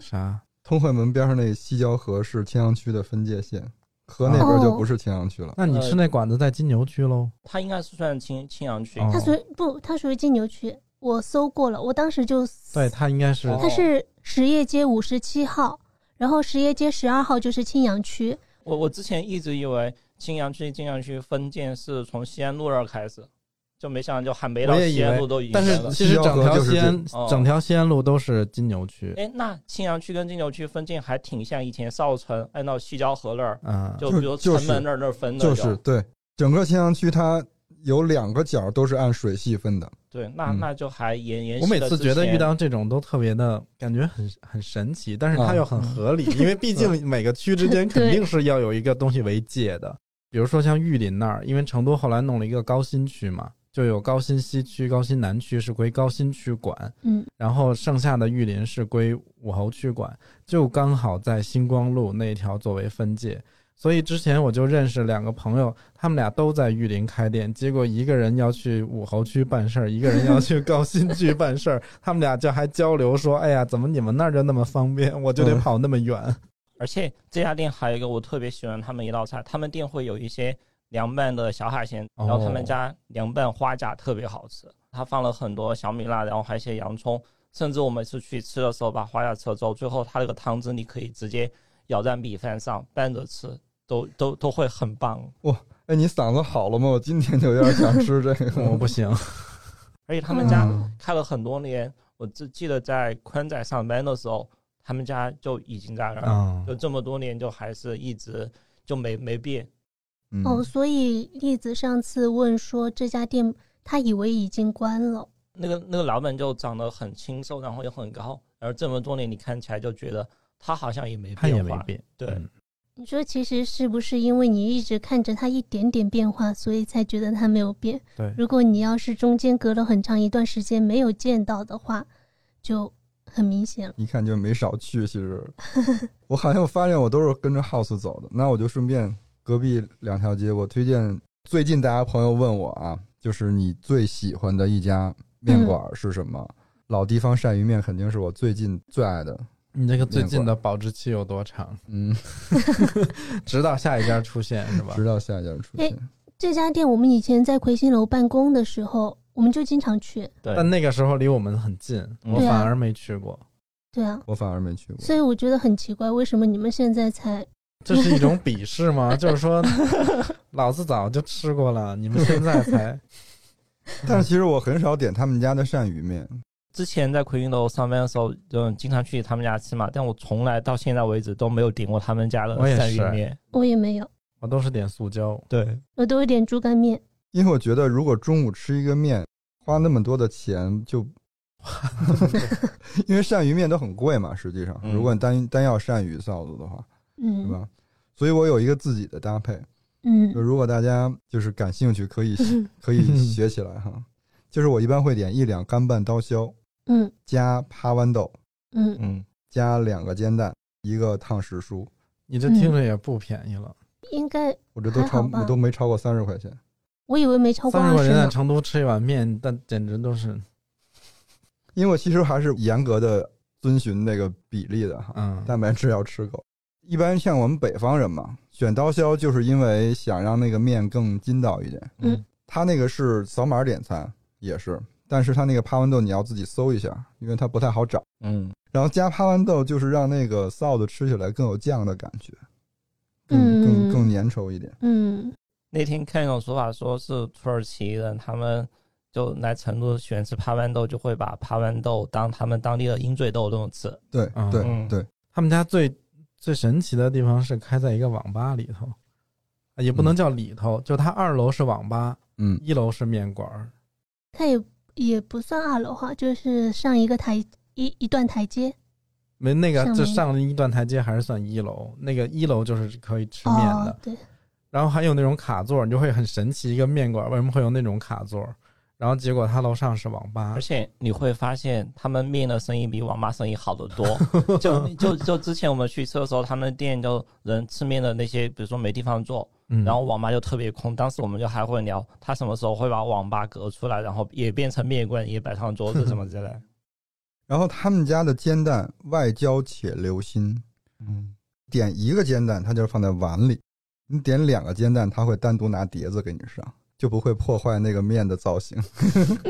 啥通惠门边上那西郊河是鄱阳区的分界线，河那边就不是鄱阳区了。那呃你吃那馆子在金牛区喽？它应该是算青青羊区，哦他属于不，他属于金牛区。我搜过了，我当时就对，它应该是哦它是实业街五十七号，然后实业街十二号就是青羊区。我我之前一直以为青羊区青羊区分界是从西安路那儿开始，就没想到就还没到我也以西安为路都已经但来是了。其实整条西安这哦整条西安路都是金牛区，哎，那青羊区跟金牛区分界还挺像，以前邵城按照西郊河那儿，嗯，就就比如就城是门那儿那儿分的，就是对，整个鄱阳区它有两个角都是按水系分的。对，那嗯那就还沿沿。我每次觉得遇到这种都特别的感觉很很神奇，但是它又很合理，因为毕竟每个区之间肯对定是要有一个东西为界的。比如说像玉林那儿，因为成都后来弄了一个高新区嘛，就有高新西区、高新南区是归高新区管，嗯，然后剩下的玉林是归武侯区管，就刚好在星光路那一条作为分界。所以之前我就认识两个朋友，他们俩都在玉林开店，结果一个人要去武侯区办事儿，一个人要去高新区办事儿， 他们俩就还交流说：“哎呀，怎么你们那儿就那么方便，我就得嗯跑那么远而且这家店还有一个我特别喜欢他们一道菜，他们店会有一些凉拌的小海鲜，哦然后他们家凉拌花甲特别好吃，他放了很多小米辣，然后还有一些洋葱，甚至我每次去吃的时候把花甲吃了之后，最后它那个汤汁你可以直接舀在米饭上拌着吃，都都都会很棒。哎，你嗓子好了吗？我 哦今天就有点想吃这个。我不行，而且他们家嗯开了很多年，我只记得在宽窄上班的时候，他们家就已经在那儿了，啊就这么多年就还是一直就没没变。嗯哦，所以栗子上次问说这家店，他以为已经关了。那个那个老板就长得很清瘦，然后又很高，然后这么多年你看起来就觉得他好像也没他也变没化，变，对嗯你说其实是不是因为你一直看着它一点点变化，所以才觉得它没有变？对，如果你要是中间隔了很长一段时间没有见到的话，就很明显了。一看就没少去。其实 我好像我发现我都是跟着 House 走的，那我就顺便隔壁两条街，我推荐最近大家朋友问我啊，就是你最喜欢的一家面馆是什么？老地方鳝鱼面肯定是我最近最爱的， 你这个最近面馆的保质期有多长？嗯，直到下一家出现是吧？直到下一家出现。这家店我们以前在魁星楼办公的时候，我们就经常去。对，但那个时候离我们很近，嗯我反而没去过。对啊，我反而没去过，所以我觉得很奇怪，为什么你们现在才这是一种鄙视 吗？就是说，老子早就吃过了，你们现在才但是其实我很少点他们家的鳝鱼面，之前在奎云楼上班的时候，就经常去他们家吃嘛，但我从来到现在为止都没有点过他们家的我也鳝是鱼面。我也没有，我都是点素椒。对，我都有点猪肝面。因为我觉得如果中午吃一个面，花那么多的钱就因为鳝鱼面都很贵嘛，实际上，嗯如果你单单要鳝鱼臊子的话，是嗯吧？所以我有一个自己的搭配，嗯就如果大家就是感兴趣，可以可以学起来哈。就是我一般会点一两干拌刀削，嗯加趴豌豆，嗯，嗯，加两个煎蛋，一个烫时蔬。你这听着也不便宜了，应该我这都还超好，吧我都没超过三十块钱。我以为没超过三十二块十钱在呢。成都吃一碗面，但简直都是因为我其实还是严格的遵循那个比例的哈，嗯，蛋白质要吃够。一般像我们北方人嘛，选刀削就是因为想让那个面更筋道一点。嗯，它那个是扫码点餐，也是，但是它那个趴豌豆你要自己搜一下，因为它不太好找。嗯，然后加趴豌豆就是让那个臊子吃起来更有酱的感觉，更嗯更更粘稠一点。嗯，那天看一种说法，说是土耳其人他们就来成都喜欢吃趴豌豆，就会把趴豌豆当他们当地的鹰嘴豆那种吃。对嗯对嗯对，他们家最最神奇的地方是开在一个网吧里头，啊也不嗯能叫里头，就它二楼是网吧，嗯，一楼是面馆儿。它也也不算二楼哈，就是上一个台一一段台阶。没那个上，就面上一段台阶还是算一楼，那个一楼就是可以吃面的哦，，对，然后还有那种卡座，你就会很神奇，一个面馆为什么会有那种卡座？然后结果他楼上是网吧而，且你会发现，他们面的生意比网吧生意好得多。就就就之前我们去吃的时候，他们店就人吃面的那些，比如说没地方坐，嗯然后网吧就特别空。当时我们就还会聊，他什么时候会把网吧隔出来，然后也变成面馆，也摆上桌子什么之类的。然后他们家的煎蛋外焦且流心，嗯，点一个煎蛋它就是放在碗里，你点两个煎蛋，它会单独拿碟子给你上，就不会破坏那个面的造型。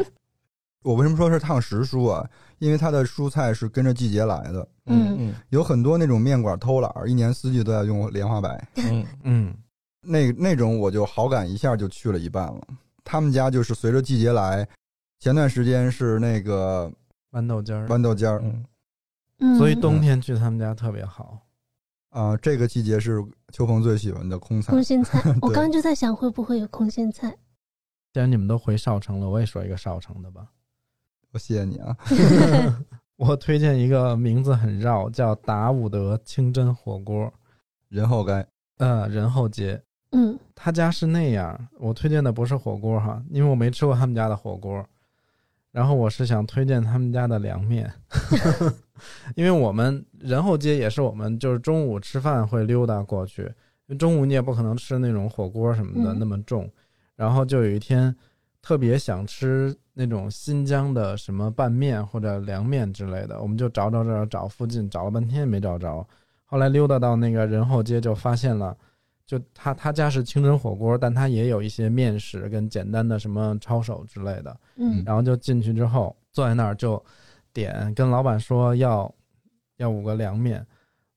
我为什么说是烫时蔬啊？因为它的蔬菜是跟着季节来的，嗯有很多那种面馆偷懒儿，一年四季都在用莲花白。嗯嗯，那那种我就好感一下就去了一半了。他们家就是随着季节来，前段时间是那个豌豆尖儿，豌豆尖儿嗯嗯，所以冬天去他们家特别好。啊、这个季节是秋鹏最喜欢的空菜，空。心菜我对刚刚就在想会不会有空心菜。既然你们都回少城了，我也说一个少城的吧。我谢谢你啊，我推荐一个名字很绕，叫达伍德清真火锅，人后 该呃，仁厚街。嗯他家是那样，我推荐的不是火锅哈，因为我没吃过他们家的火锅。然后我是想推荐他们家的凉面， 因为我们仁厚街也是我们就是中午吃饭会溜达过去，因为中午你也不可能吃那种火锅什么的嗯那么重。然后就有一天特别想吃那种新疆的什么拌面或者凉面之类的，我们就找找找找附近找了半天也没找着，后来溜达到那个仁厚街就发现了。就他他家是清真火锅，但他也有一些面食跟简单的什么抄手之类的。嗯然后就进去之后坐在那儿就点，跟老板说要要五个凉面，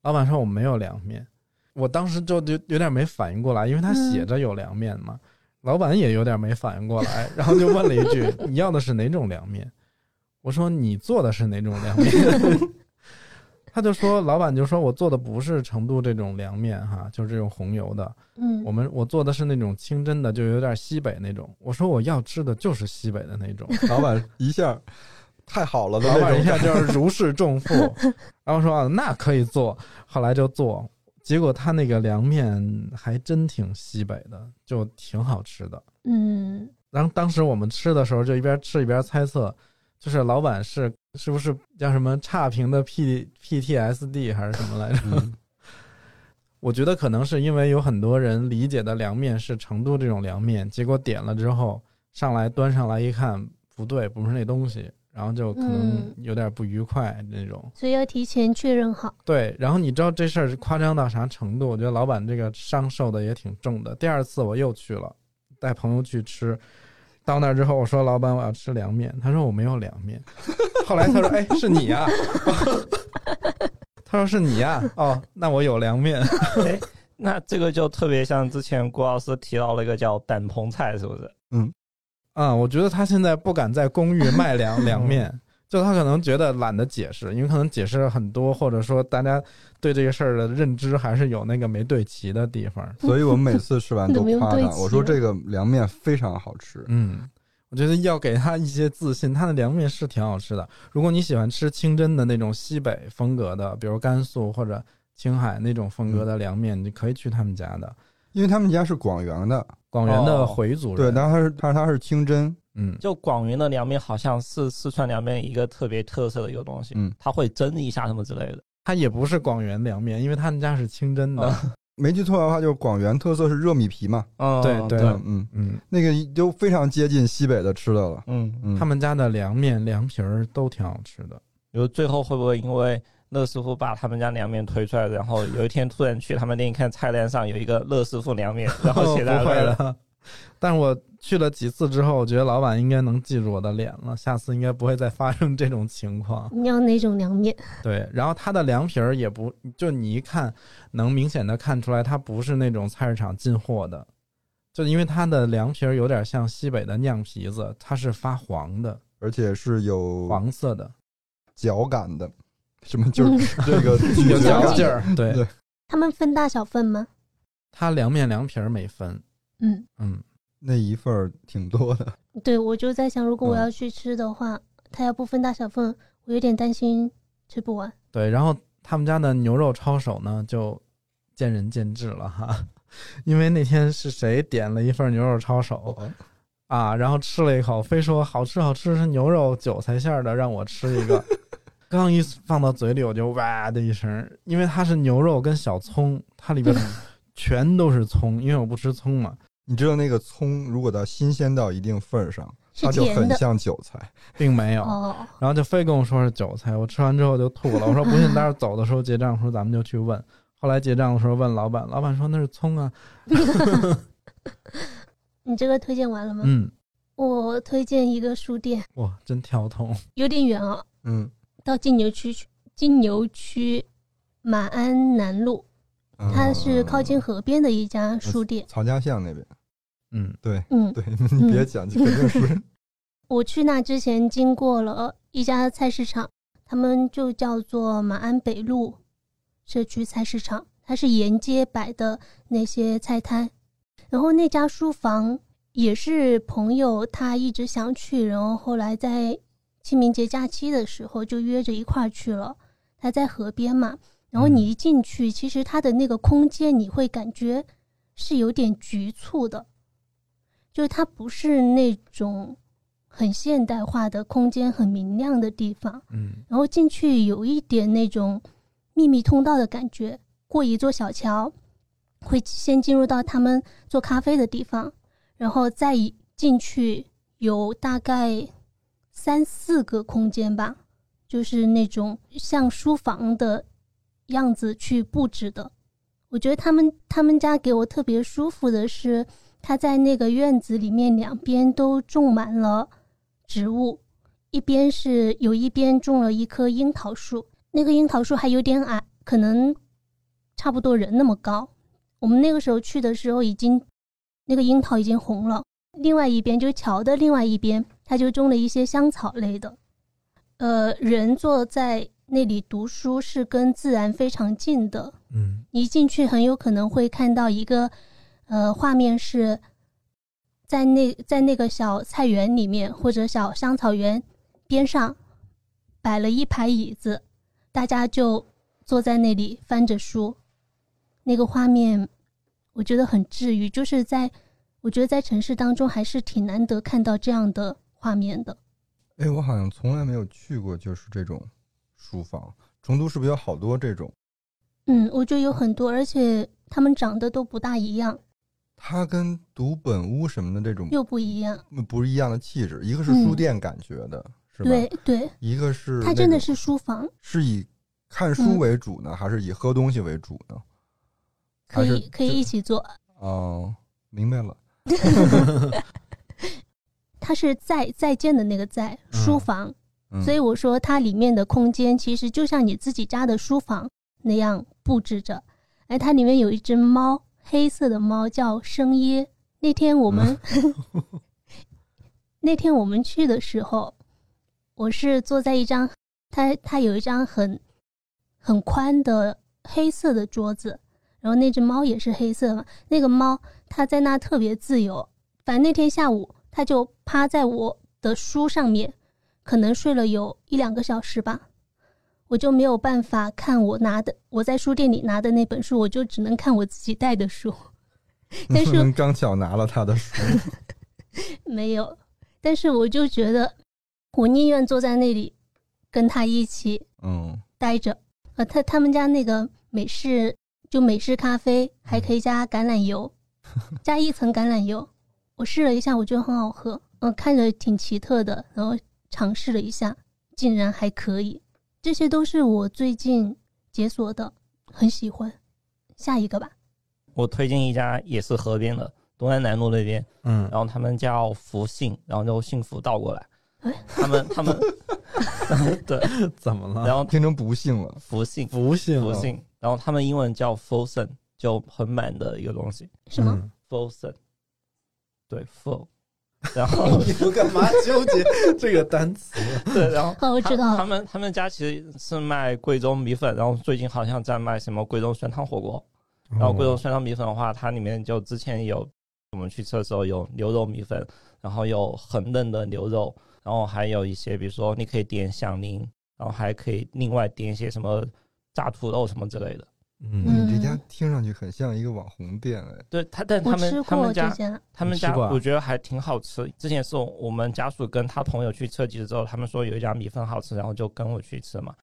老板说我没有凉面，我当时就有有点没反应过来，因为他写着有凉面嘛，老板也有点没反应过来，然后就问了一句你要的是哪种凉面？我说你做的是哪种凉面？ 他就说老板就说我做的不是成都这种凉面哈，就是这种红油的，嗯，我们我做的是那种清真的，就有点西北那种。我说我要吃的就是西北的那种，老板一下太好了的老那板一种下感觉，就是如释重负，然后说啊那可以做，后来就做，结果他那个凉面还真挺西北的，就挺好吃的。嗯，然后当时我们吃的时候，就一边吃一边猜测，就是老板是是不是叫什么差评的 P PTSD 还是什么来着？我觉得可能是因为有很多人理解的凉面是成都这种凉面，结果点了之后上来端上来一看不对，不是那东西，然后就可能嗯有点不愉快那种。所以要提前确认好。对，然后你知道这事儿夸张到啥程度？我觉得老板这个伤受的也挺重的。第二次我又去了，带朋友去吃，到那儿之后我说老板我要吃凉面，他说我没有凉面。 后来他说哎是你呀、 他说是你呀、哦那我有凉面。 那这个就特别像之前郭老师提到了一个叫板棚菜，是不是？啊、我觉得他现在不敢在公寓卖凉凉面，就他可能觉得懒得解释，因为可能解释了很多，或者说大家对这个事儿的认知还是有那个没对齐的地方。所以我每次吃 完都怎么又夸对他，齐我说了这个凉面非常好吃。嗯，我觉得要给他一些自信，他的凉面是挺好吃的。如果你喜欢吃清真的那种西北风格的，比如甘肃或者青海那种风格的凉面，你可以去他们家的因为他们家是广元的，广元的哦回族对，人。但是他是但是他是清真，嗯，就广元的凉面好像是四川凉面一个特别特色的一个东西，嗯它会蒸一下什么之类的。他也不是广元凉面，因为他们家是清真的。没记错的话就是广元特色是热米皮嘛，嗯，对对嗯嗯，嗯，那个就非常接近西北的吃的了，嗯，嗯，他们家的凉面、凉皮儿都挺好吃 的。比如最后会不会因为乐师傅把他们家凉面推出来，然后有一天突然去他们店看菜单上有一个乐师傅凉面，然后写在不会了，的。 但我去了几次之后，我觉得老板应该能记住我的脸了，下次应该不会再发生这种情 况。你要哪种凉面？对，然后它的凉皮儿也不，就你一看能明显的看出来，它不是那种菜市场进货的，就因为它的凉皮儿有点像西北的酿皮子，它是发黄的，而且是有黄色的，嚼感的，什么嗯就是这 个咀有嚼嚼感劲儿。对，对他们分大小份吗？它凉面凉皮儿没分，嗯，嗯，那一份儿挺多的，对，我就在想，如果我嗯要去吃的话，他要不分大小份，我有点担心吃不完。对。然后他们家的牛肉抄手呢，就见仁见智了哈， 因为那天是谁点了一份牛肉抄手，啊，然后吃了一口，非说好吃好吃是牛肉韭菜馅儿的，让我吃一个。刚一放到嘴里，我就哇的一声，因为它是牛肉跟小葱，它里边全都是葱，因为我不吃葱嘛。你知道那个葱如果它新鲜到一定份儿上，是它就甜很的像韭菜。并没有，哦，然后就非跟我说是韭菜，我吃完之后就吐了。我说不信，待会儿走的时候结账的时候咱们就去问。后来结账的时候问老板，老板说那是葱啊，你这个推荐完了吗？嗯，我推荐一个书店，哇，真跳通，有点远啊，嗯，到金牛区去，金牛区马鞍南路，哦它是靠近嗯河边的一家书店。曹家巷那边。嗯，对嗯，对，你别 讲，肯定是我去那之前经过了一家菜市场，他们就叫做马鞍北路社区菜市场，它是沿街摆的那些菜摊。然后那家书房也是朋友他一直想去，然后后来在清明节假期的时候就约着一块儿去了。他在河边嘛，然后你一进去，其实它的那个空间你会感觉是有点局促的，就是它不是那种很现代化的空间、很明亮的地方。嗯，然后进去有一点那种秘密通道的感觉，过一座小桥，会先进入到他们做咖啡的地方，然后再一进去有大概三四个空间吧，就是那种像书房的样子去布置的。我觉得他们他们家给我特别舒服的是，他在那个院子里面两边都种满了植物，一边是有一边种了一棵樱桃树，那个樱桃树还有点矮，可能差不多人那么高。我们那个时候去的时候，已经那个樱桃已经红了。另外一边就是桥的另外一边，它就种了一些香草类的。呃，人坐在那里读书是跟自然非常近的，嗯你一进去很有可能会看到一个呃画面是在那在那个小菜园里面或者小香草园边上摆了一排椅子，大家就坐在那里翻着书，那个画面我觉得很治愈，就是在我觉得在城市当中还是挺难得看到这样的画面的。 哎，我好像从来没有去过，就是这种书房。成都是不是有好多这种？嗯，我觉得有很多，而且他们长得都不大一样，它跟读本屋什么的这种又不一样。不是一样的气质，一个是嗯书店感觉的，是吧？对对，一个是它真的那种是嗯书房，是以看书为主呢，还是以喝东西为主呢？可还是以可以就一起做。哦，明白了。它是在在建的那个在嗯书房，嗯、 所以我说它里面的空间其实就像你自己家的书房那样布置着。哎，它里面有一只猫，黑色的猫叫生椰。那天我们、嗯 那天我们去的时候，我是坐在一张它它有一张很很宽的黑色的桌子，然后那只猫也是黑色嘛。那个猫它在那特别自由，反正那天下午它就趴在我的书上面，可能睡了有一两个小时吧。我就没有办法看我拿的我在书店里拿的那本书，我就只能看我自己带的书。 但是张巧拿了他的书，没有，但是我就觉得，我宁愿坐在那里跟他一起嗯，待着。呃，他他们家那个美式就美式咖啡，还可以加橄榄 油，加一层橄榄油。我试了一下，我觉得很好喝，嗯、看着挺奇特的，然后尝试了一下，竟然还可以。这些都是我最近解锁的，很喜欢。下一个吧，我推荐一家也是河边的，东安南路那边，嗯，然后他们叫福幸，然后就幸福倒过来哎，他们他们对，怎么了？然后听成不幸了。福幸不啊信福了哦幸，然后他们英文叫 f u l s o n 就很满的一个东西什么？嗯 f u l s o n 对 full，然后嗯你们干嘛纠结这个单词？对，然后。哦，我他知道他了。们他们家其实是卖贵州米粉，然后最近好像在卖什么贵州酸汤火锅，哦然然后贵州酸汤米粉的话，它里面就之前有我们去吃的时候有牛肉米粉，然后有很嫩的牛肉，然后还有一些比如说你可以点响铃，然后还可以另外点一些什么炸土豆什么之类的。嗯嗯你这家听上去很像一个网红店哎，对，他但我嗯他吃们他们过这家家，他们你吃家过啊我觉得还挺好吃。之前是我们家属跟他朋友去吃了几次之后，他们说有一家米粉好吃，然后就跟我去吃嘛。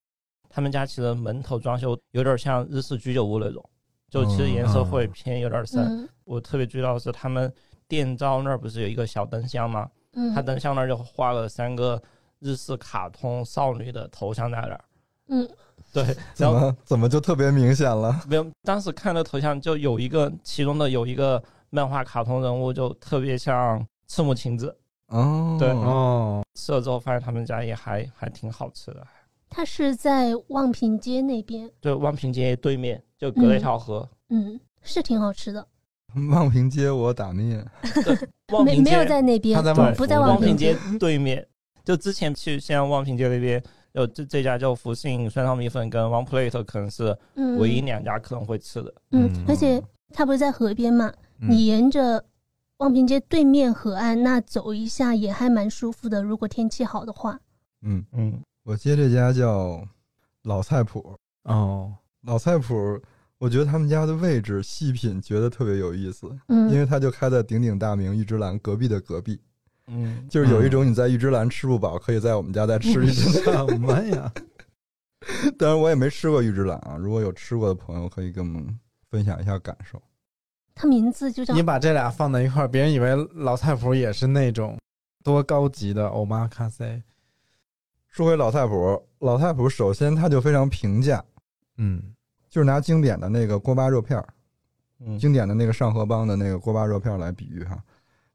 他们家其实门头装修有点像日式居酒屋那种，就其实颜色会嗯偏有点深。嗯我特别注意到的是，他们店招那儿不是有一个小灯箱吗？嗯，他灯箱那儿就画了三个日式卡通少女的头像在那儿。嗯，对，怎然后么怎么就特别明显了？没有，当时看的头像就有一个，其中的有一个漫画卡通人物就特别像赤木晴子。哦，对哦，吃了之后发现他们家也还还挺好吃的，他是在望平街那边，就望平街对面就隔了一条河。嗯，是挺好吃的。望平街我打灭，望没平没街有在那边，他在不望不在福望望平平街对面，就之前去像望平街那边，有这这家叫福信酸汤米粉跟 One Plate 可能是嗯，唯一两家可能会吃的。嗯嗯，而且它不是在河边嘛？你沿着望平街对面河岸那走一下也还蛮舒服的，如果天气好的话。嗯，嗯，我接这家叫老菜谱，哦，老菜谱，我觉得他们家的位置细品觉得特别有意思，因嗯为它就开在鼎鼎大名玉之兰隔壁的隔壁，嗯，就是有一种你在玉之兰吃不饱，可以在我们家再吃一顿。 什么呀？当然我也没吃过玉之兰啊，如果有吃过的朋友可以跟我们分享一下感受。它名字就叫你把这俩放在一块儿，别人以为老菜谱也是那种多高级的欧玛咖啡。说回老菜谱，老菜谱首先它就非常平价，嗯就是拿经典的那个锅巴肉片儿，嗯经典的那个上河帮的那个锅巴肉片儿来比喻哈，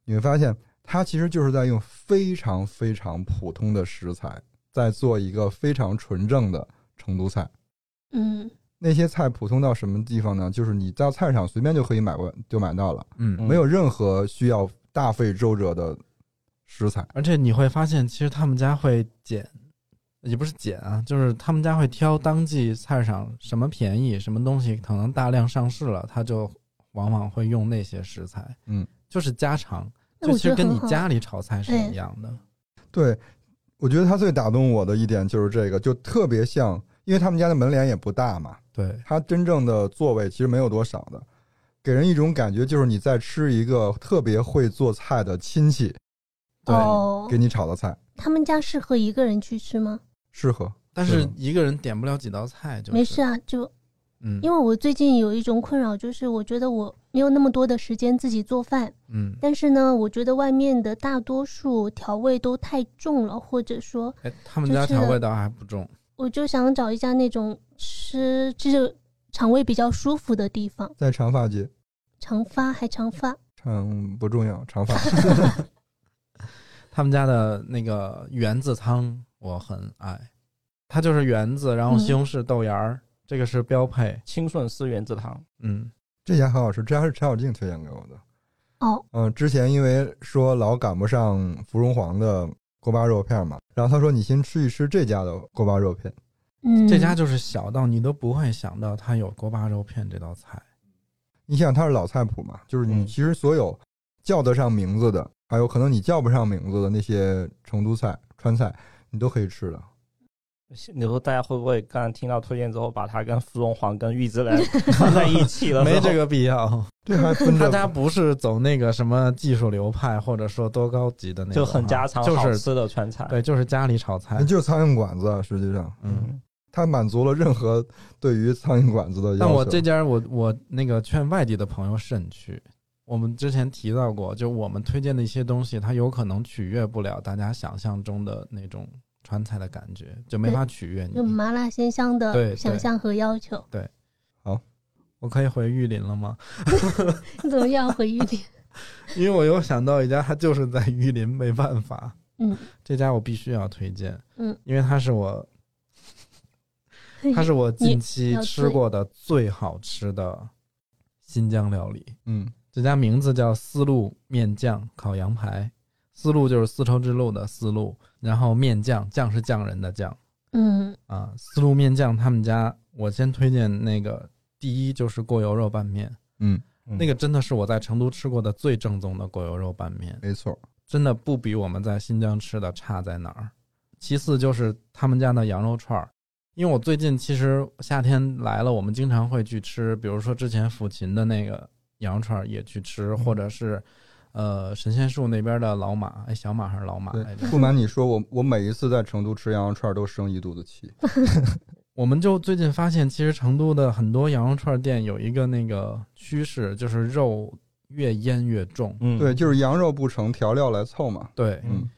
你会发现它其实就是在用非常非常普通的食材，在做一个非常纯正的成都菜。嗯那些菜普通到什么地方呢？就是你到菜市场随便就可以买过，就买到了，嗯，没有任何需要大费周折的食材。而且你会发现，其实他们家会剪，也不是捡啊，就是他们家会挑当季菜市场什么便宜，什么东西可能大量上市了，他就往往会用那些食材。嗯，就是家常，那就我其觉实得跟很你好。家里炒菜是哎一样的。对，我觉得他最打动我的一点就是这个，就特别像，因为他们家的门脸也不大嘛，对，它真正的座位其实没有多少的，给人一种感觉就是你在吃一个特别会做菜的亲戚对哦给，你炒的菜，他们家适合一个人去吃吗？适合。但是是的一个人点不了几道菜，就是没事，啊，就嗯，因为我最近有一种困扰，就是我觉得我没有那么多的时间自己做饭，嗯，但是呢，我觉得外面的大多数调味都太重了，或者说哎，他们就家是调味道还不重，我就想找一家那种吃就是肠胃比较舒服的地方，在长发街，长发还长发，嗯，不重要，长发 他们家的那个圆子汤我很爱，它就是圆子，然后嗯西红柿、豆芽儿，这个是标配。清顺寺原子堂，嗯，这家很好吃，这家是陈小静推荐给我的。哦，嗯，之前因为说老赶不上芙蓉皇的锅巴肉片嘛，然后他说你先吃一吃这家的锅巴肉片，嗯，这家就是小到你都不会想到它有锅巴肉片这道菜。你想它是老菜谱嘛，就是你嗯其实所有叫得上名字的，还有可能你叫不上名字的那些成都菜、川菜，你都可以吃的。你说大家会不会刚才听到推荐之后，把它跟芙蓉皇跟玉之兰 放在一起了？没这，个必要，这还 分嗯他着家不是走那个什么技术流派，或者说多高级的那种就啊，很家常就好是嗯吃的川菜。对，就是家里炒菜那。就是苍蝇馆子啊，实际上嗯，它满足了任何对于苍蝇馆子的要求。但我这家我我那个劝外地的朋友慎去。我们之前提到过，就我们推荐的一些东西，它有可能取悦不了大家想象中的那种川菜的感觉，就没法取悦就你。麻辣鲜香对的对想象和要求， 我可以回玉林了吗？你怎么又要回玉 林？因为我又想到一家，它就是在玉林，没办法，嗯这家我必须要推荐。嗯，因为它是我，它是我近期要最吃过的最好吃的新疆料理。嗯，这家名字叫丝路面酱烤羊排，丝路就是丝绸之路的丝路，然后面酱酱是匠人的酱嗯啊。丝路面酱他们家，我先推荐那个第一就是过油肉拌面，嗯，那个真的是我在成都吃过的最正宗的过油肉拌面，没错，真的不比我们在新疆吃的差在哪儿。其次就是他们家的羊肉串儿，因为我最近其实夏天来了，我们经常会去吃，比如说之前抚琴的那个羊肉串儿也去吃，或者是呃神仙树那边的老马，哎小马还是老马对来着，不瞒你说，我我每一次在成都吃羊肉串都生一肚子气。我们就最近发现，其实成都的很多羊肉串儿店有一个那个趋势，就是肉越腌越重。嗯，对，就是羊肉不成，调料来凑嘛。对，嗯，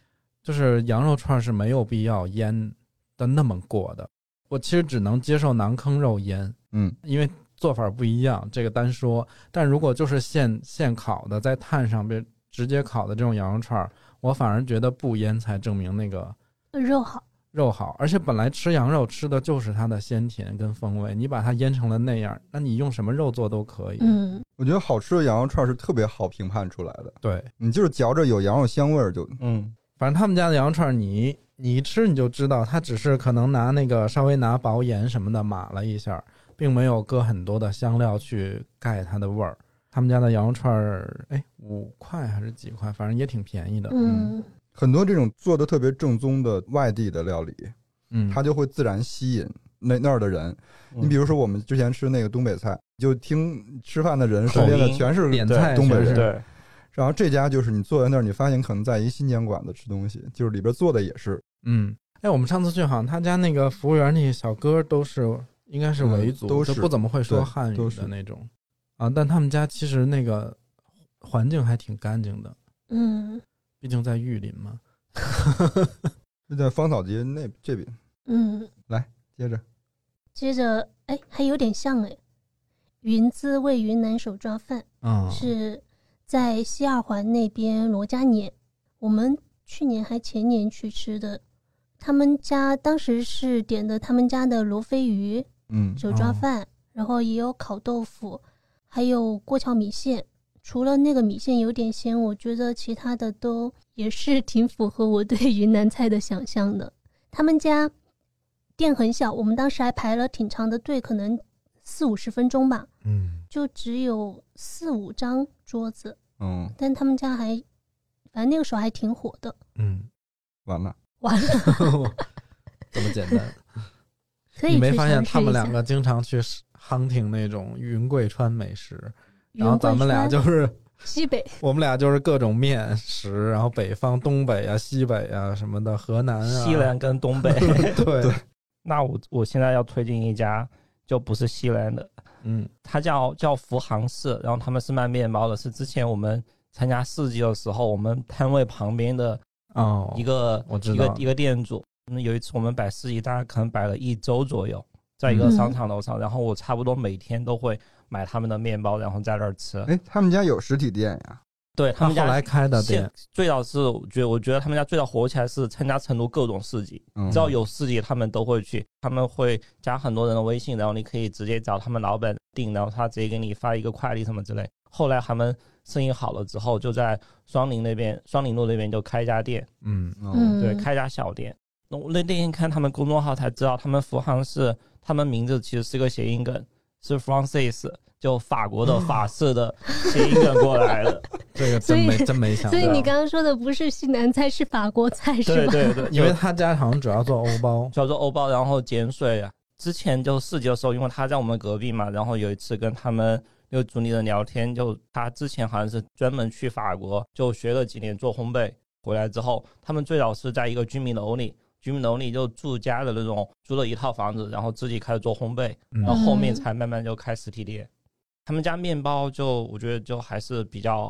就是羊肉串是没有必要腌的那么过的。我其实只能接受馕坑肉腌，嗯，因为做法不一样，这个单说。但如果就是现现烤的，在炭上边直接烤的这种羊肉串儿，我反而觉得不腌才证明那个肉好，肉好。而且本来吃羊肉吃的就是它的鲜甜跟风味，你把它腌成了那样，那你用什么肉做都可以。，嗯我觉得好吃的羊肉串是特别好评判出来的，对，你就是嚼着有羊肉香味儿就嗯，反正他们家的羊肉串儿你，你一吃你就知道，它只是可能拿那个稍微拿薄盐什么的码了一下儿，并没有搁很多的香料去盖它的味儿。他们家的羊肉串儿，哎，五块还是几块，反正也挺便宜的。嗯，很多这种做的特别正宗的外地的料理，嗯，它就会自然吸引那那儿的人。嗯你比如说我们之前吃那个东北菜，就听吃饭的人身口边的音全是点菜东北全人是，对，然后这家就是你坐在那儿，你发现可能在一新疆馆子吃东西，就是里边做的也是嗯，哎，我们上次去好像他家那个服务员那些小哥都是应该是维嗯族，都就是不怎么会说对汉语都是的那种啊。但他们家其实那个环境还挺干净的，嗯毕竟在玉林嘛。就在芳草街那这边。嗯，接着，接着哎，还有点像哎，云滋味云南手抓饭。嗯，是在西二环那边罗家碾，我们去年还前年去吃的。他们家当时是点的他们家的罗非鱼嗯，手抓哦饭，然后也有烤豆腐，还有过桥米线。除了那个米线有点咸，我觉得其他的都也是挺符合我对云南菜的想象的。他们家店很小，我们当时还排了挺长的队，可能四五十分钟吧，嗯，就只有四五张桌子，嗯，但他们家还，反正那个时候还挺火的。嗯，完了，完了， 这么简 单。可以你没去发现尝试他们一下两个经常去 hunting 那种云贵川美食，然后云贵咱们俩川就是西北，我们俩就是各种面食，然后北方、东北啊、西北啊什么的，河南啊，西南跟东 北。对，嗯那我我现在要推荐一家，就不是西南的，嗯它叫叫福航市，然后他们是卖面包的，是之前我们参加市集的时候，我们摊位旁边的哦，一个、我知一个道一个店主。嗯，有一次我们摆市集，大概可能摆了一周左右，在一个嗯商场楼上，然后我差不多每天都会买他们的面包，然后在那儿吃。哎，他们家有实体店呀？对他他们后家来开的现店，最早是我觉得，我觉得他们家最早火起来是参加成都各种市集，嗯，只要有市集他们都会去，他们会加很多人的微信，然后你可以直接找他们老板订，然后他直接给你发一个快递什么之类。后来他们生意好了之后，就在双林那边，双林路那边就开一家店，嗯嗯，嗯，对，开一家小店。那我那那天看他们公众号才知道，他们福航是他们名字其实是个谐音梗，是 Francis，就法 国的法式的谐音梗过来的。这个所真以没真没想所以你到，刚刚说的不是西南菜，是法国菜 是对吧？对对，因为他家好像主要做欧包，叫做欧包，然后碱水啊。之前就四级的时候，因为他在我们隔壁嘛，然后有一次跟他们那个主理人聊天，就他之前好像是专门去法国就学了几年做烘焙，回来之后，他们最早是在一个居民楼里，居民楼里就住家的那种，租了一套房子，然后自己开始做烘焙，嗯然后后面才慢慢就开实体店。他们家面包就我觉得就还是比较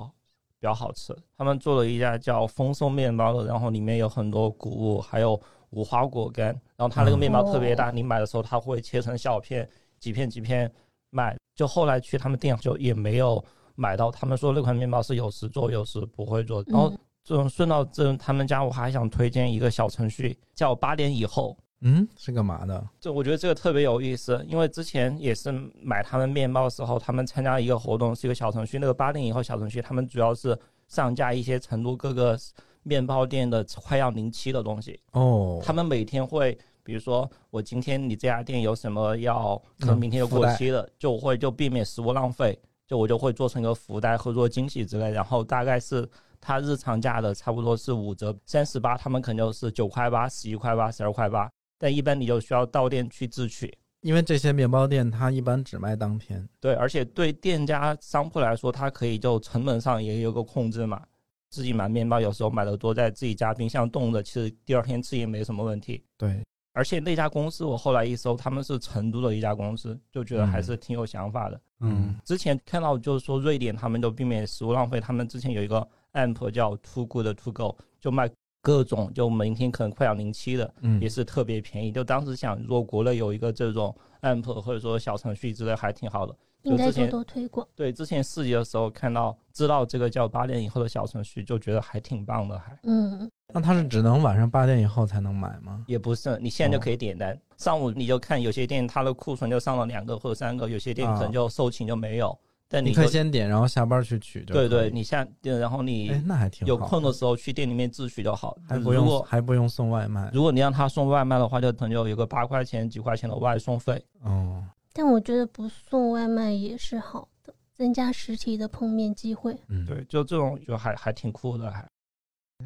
比较好吃。他们做了一家叫丰收面包的，然后里面有很多谷物，还有无花果干。然后它那个面包特别大，你买的时候它会切成小片，几片几片卖。就后来去他们店就也没有买到，他们说那款面包是有时做有时不会做。然后嗯这种顺道这他们家我还想推荐一个小程序，叫八点以后。嗯，是干嘛的？这我觉得这个特别有意思，因为之前也是买他们面包的时候，他们参加一个活动，是一个小程序，那个八零以后小程序，他们主要是上架一些成都各个面包店的快要临期的东西，哦，他们每天会。比如说，我今天你这家店有什么要，可能嗯明天就福过袋期了，就我会就避免食物浪费，就我就会做成一个福袋或者做惊喜之类，然后大概是它日常价的差不多是五折，三十八，他们可能就是九块八、十一块八、十二块八，但一般你就需要到店去自取。因为这些面包店它一般只卖当天，对，而且对店家商铺来说，它可以就成本上也有个控制嘛。自己买面包有时候买的多，在自己家冰箱冻着，其实第二天吃也没什么问题。对，而且那家公司我后来一搜，他们是成都的一家公司，就觉得还是挺有想法的。嗯，之前看到就是说瑞典他们就避免食物浪费，他们之前有一个 app 叫 Too Good To Go，就卖各种就明天可能快要临期的，嗯，也是特别便宜。就当时想，如果国内有一个这种 app 或者说小程序之类，还挺好的。应该就之多前多推广。对，之前四级的时候看到知道这个叫八点以后的小程序，就觉得还挺棒的，还嗯，那它是只能晚上八点以后才能买吗？也不是你现在就可以点单。上午你就看有些店它的库存就上了两个或者三个，有些店啊可能就售罄就没有。但你就可以先点，然后下班去取就可对以。对，你下然后哎你，那还挺好有空的时候去店里面自取就好。还不如用果还不用送外卖。如果你让他送外卖的话，就可能就有个八块钱几块钱的外送费。哦，但我觉得不送外卖也是好的，增加实体的碰面机会。嗯，对，就这种就还还挺酷的，还。哎